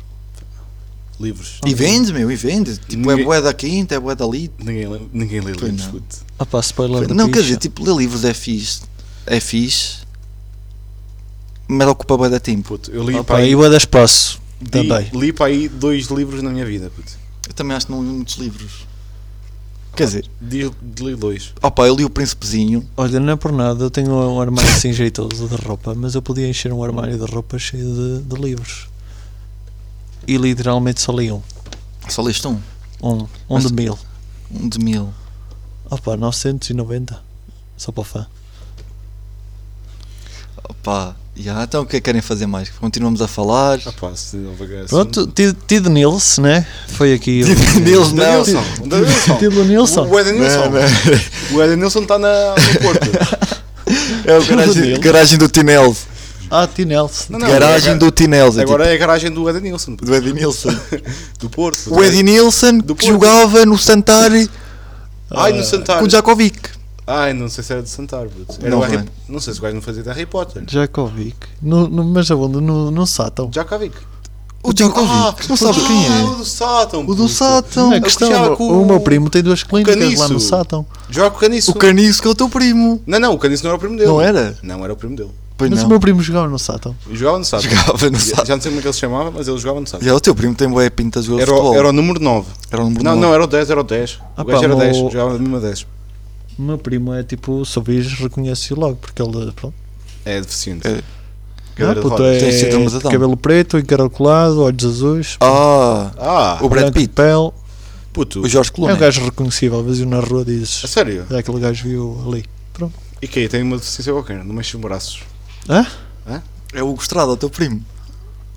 S1: Livros.
S2: E vende, meu, e vende. Tipo, é
S1: Ninguém-
S2: bué da quinta, é bué dali.
S1: Ninguém, lê- ninguém lê
S2: Pois
S1: livros,
S2: não.
S1: puto.
S3: Opa, spoiler de
S2: Não, quer dizer,
S3: picha.
S2: tipo, ler livros é fixe. É fixe. Mas ocupa bué da tempo.
S1: Puto, eu li
S3: Opa,
S1: para aí,
S3: e o da espaço.
S1: li-
S3: também.
S1: li para aí dois livros na minha vida, puto.
S2: Eu também acho que não li muitos livros. Quer dizer,
S1: Di- Li dois.
S2: opa, eu li o Príncipezinho.
S3: Olha, não é por nada, eu tenho um armário assim jeitoso de roupa, mas eu podia encher um armário de roupa cheio de, de livros. e literalmente só li um.
S2: Só leste um.
S3: Um, um
S2: Mas-
S3: de mil.
S2: Um de mil.
S3: Opa, 990. Só para o fã.
S2: Opa, já, então o que é que querem fazer mais? Continuamos a falar.
S1: Ah, pá, se não vagar assim-
S3: Pronto, Tid Tid Nilce, né? Foi aqui o.
S2: Neles
S1: Danielson.
S3: (laughs)
S1: Danielson.
S3: Tid Nilson.
S1: O Eden Nilson. O Eden Nilson está na, no Porto.
S2: (laughs) É o garagem,
S3: Neles.
S2: garagem do Tinels.
S3: Ah, T. Nilce.
S1: Não, não,
S2: Garagem
S1: agora-
S2: do Tinels. é
S1: Agora é a garagem do Eden Nilson.
S2: tipo- do Eddie Nilsson.
S1: Do Porto.
S2: O Eddie Nilsson
S1: Do
S2: que
S1: Porto.
S2: jogava no Santari
S1: Ai, no Santar.
S2: Ah. com o Djakovic.
S1: Ai, não sei se era de Santar. puto. Era
S2: Não
S1: o Harry-
S2: vai.
S1: não sei se o gajo não fazia de Harry Potter.
S3: Djakovic. No, no, mas aonde? No, no Sátão.
S1: Djakovic.
S2: O Djakovic. Não sabes quem
S1: Ah,
S2: é?
S1: o do Sátão.
S2: O do Sátão.
S3: Não é questão.
S1: que já
S3: o-
S1: com
S3: o, meu primo tem duas clínicas lá
S1: Caniço.
S3: no Sátão.
S1: Joga o Caniço.
S2: O Caniço que é o teu primo.
S1: Não, não, o Caniço não era o primo dele.
S2: Não era?
S1: Não, era o primo dele.
S2: Pois
S3: Mas o
S2: não.
S3: meu primo jogava no Sátão.
S1: Jogava no Sátão.
S2: Jogava no
S1: Já,
S2: Santari.
S1: já não sei como é que ele se chamava, mas ele jogava no Sátão.
S2: E é o teu primo tem boé pinta de jogar
S1: Era, o-
S2: futebol.
S1: era o número 9.
S2: Era o número um.
S1: Não,
S2: nove.
S1: não, é- era o 10, era o 10.
S3: Ah,
S1: o gajo
S3: pá,
S1: era
S3: o-
S1: 10, jogava mesmo a 10.
S3: O meu primo é tipo, só vejo, reconhece-o logo, porque ele, pronto.
S1: É deficiente.
S2: É.
S1: Cadeira
S3: Ah,
S1: de
S3: puto,
S1: rodas.
S2: Tem
S3: é
S2: síndrome de Down.
S3: cabelo preto, encaracolado, olhos azuis,
S2: Ah,
S1: Ah,
S2: o Brad
S3: branco de
S2: Pitt.
S3: pele.
S1: puto.
S2: O Jorge
S3: É um
S2: Clooney.
S3: gajo reconhecível, às vezes na rua
S1: A
S3: dizes,
S1: sério?
S3: é aquele gajo que viu ali.
S1: E que aí tem uma deficiência qualquer, não mexe os braços.
S2: É o Hugo Estrada, o teu primo.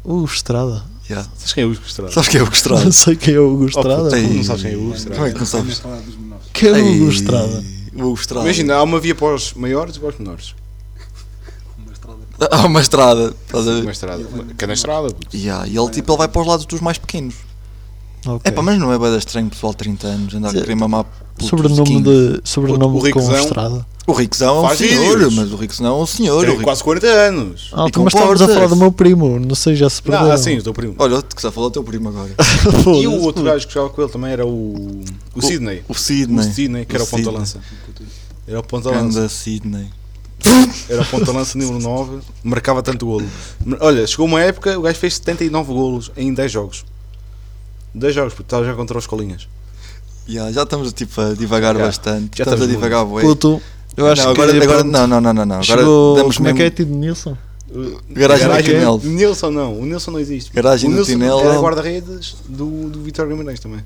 S3: O Estrada.
S2: Yeah.
S1: Sabes quem é o Hugo Estrada?
S2: Sabes quem é o Hugo Estrada?
S3: Não sei quem é o Hugo
S1: Oh, puto,
S3: Estrada.
S1: tu
S2: Ei.
S1: não sabes quem é o Hugo
S2: Como é
S1: Estrada.
S2: que não sabes?
S4: Vamos falar dos menores.
S3: Quem é o Hugo
S2: Ei,
S3: Estrada?
S2: O Hugo Estrada. (laughs)
S1: Imagina, há uma via para os maiores e para os menores.
S4: Uma estrada.
S2: Há Ah, uma estrada. Estás a
S1: Uma
S2: ver?
S1: estrada. Cana estrada, puto.
S2: Yeah, e ele, tipo, ele vai para os lados dos mais pequenos.
S3: Ok.
S2: É pá, mas não é bem estranho pessoal de 30 anos andar a
S3: Sim.
S2: querer mamar putos
S3: Sobrenome,
S2: quinze.
S3: de, sobrenome
S1: Puto, o
S3: com
S1: Riquezão.
S3: Estrada.
S2: O Riquezão é um
S1: Faz
S2: senhor,
S1: vídeos.
S2: mas o Riquezão é um senhor. o
S1: Tem
S2: Rico-
S1: quase 40 anos.
S3: Ah,
S2: E
S3: tu- mas estávamos a
S2: comporta-se.
S3: falar do meu primo, não sei já se perderam. (laughs)
S1: Não, assim, o teu primo.
S2: Olha, que só falou o teu primo agora.
S1: E o
S3: Foda-se.
S1: outro gajo que jogava com ele também era o. O Sidney.
S2: O
S1: (laughs) O
S2: Sidney.
S1: Sidney, que era o
S2: Sidney.
S1: ponta-lança. Era o ponta-lança.
S2: Ganda Sidney.
S1: Era o ponta-lança número 9. Marcava tanto golo. Olha, chegou uma época, o gajo fez 79 golos em 10 jogos. 10 jogos, porque estava já contra os colinhas.
S2: Yeah, já estamos tipo, a divagar
S1: Yeah,
S2: bastante.
S1: já
S2: estamos a
S1: estamos
S2: divagar, bué.
S3: Puto, eu acho
S2: não, agora,
S3: que é
S2: agora,
S3: pronto,
S2: não, não, não, não, não. Agora
S3: chegou,
S2: damos
S3: como é
S2: mesmo
S3: que é Tido Nilson?
S2: Uh, garagem do
S1: Garagem-
S2: Tinel.
S1: Nilson não, o Nilson não existe.
S2: Garagem
S1: o
S2: do
S1: Nilson
S2: Tinel.
S1: era guarda-redes do, do Vitor Guimarães também.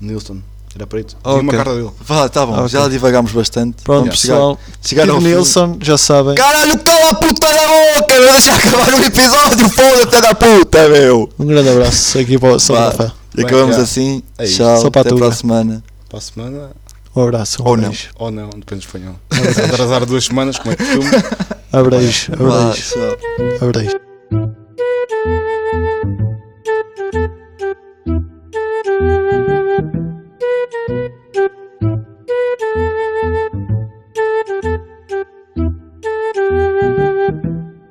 S1: Nilson, era preto. Tinha uma
S2: Ok.
S1: carta dele.
S2: Vá, tá bom,
S3: Ah, ok.
S2: já divagámos bastante.
S3: Pronto,
S2: Vamos chegar-
S3: pessoal.
S2: chegar ao
S3: Tido
S2: fim.
S3: Nilson, já sabem.
S2: Caralho, cala a puta da boca, meu, deixa acabar o episódio, foda-te, filha da puta, meu.
S3: Um grande abraço aqui para o São
S2: Vá.
S3: Rafa.
S2: E acabamos
S1: já.
S2: assim.
S1: É isso.
S2: Tchau,
S3: Só para a
S2: até para a
S3: tua.
S2: semana.
S1: Para a semana,
S3: Um abraço, um
S2: Ou não.
S3: beijo.
S1: ou não, depende do espanhol. Se atrasar duas semanas, como é costume.
S3: Abreijo,
S2: Vá,
S3: abreijo,
S2: tchau.
S3: abreijo.
S5: Thank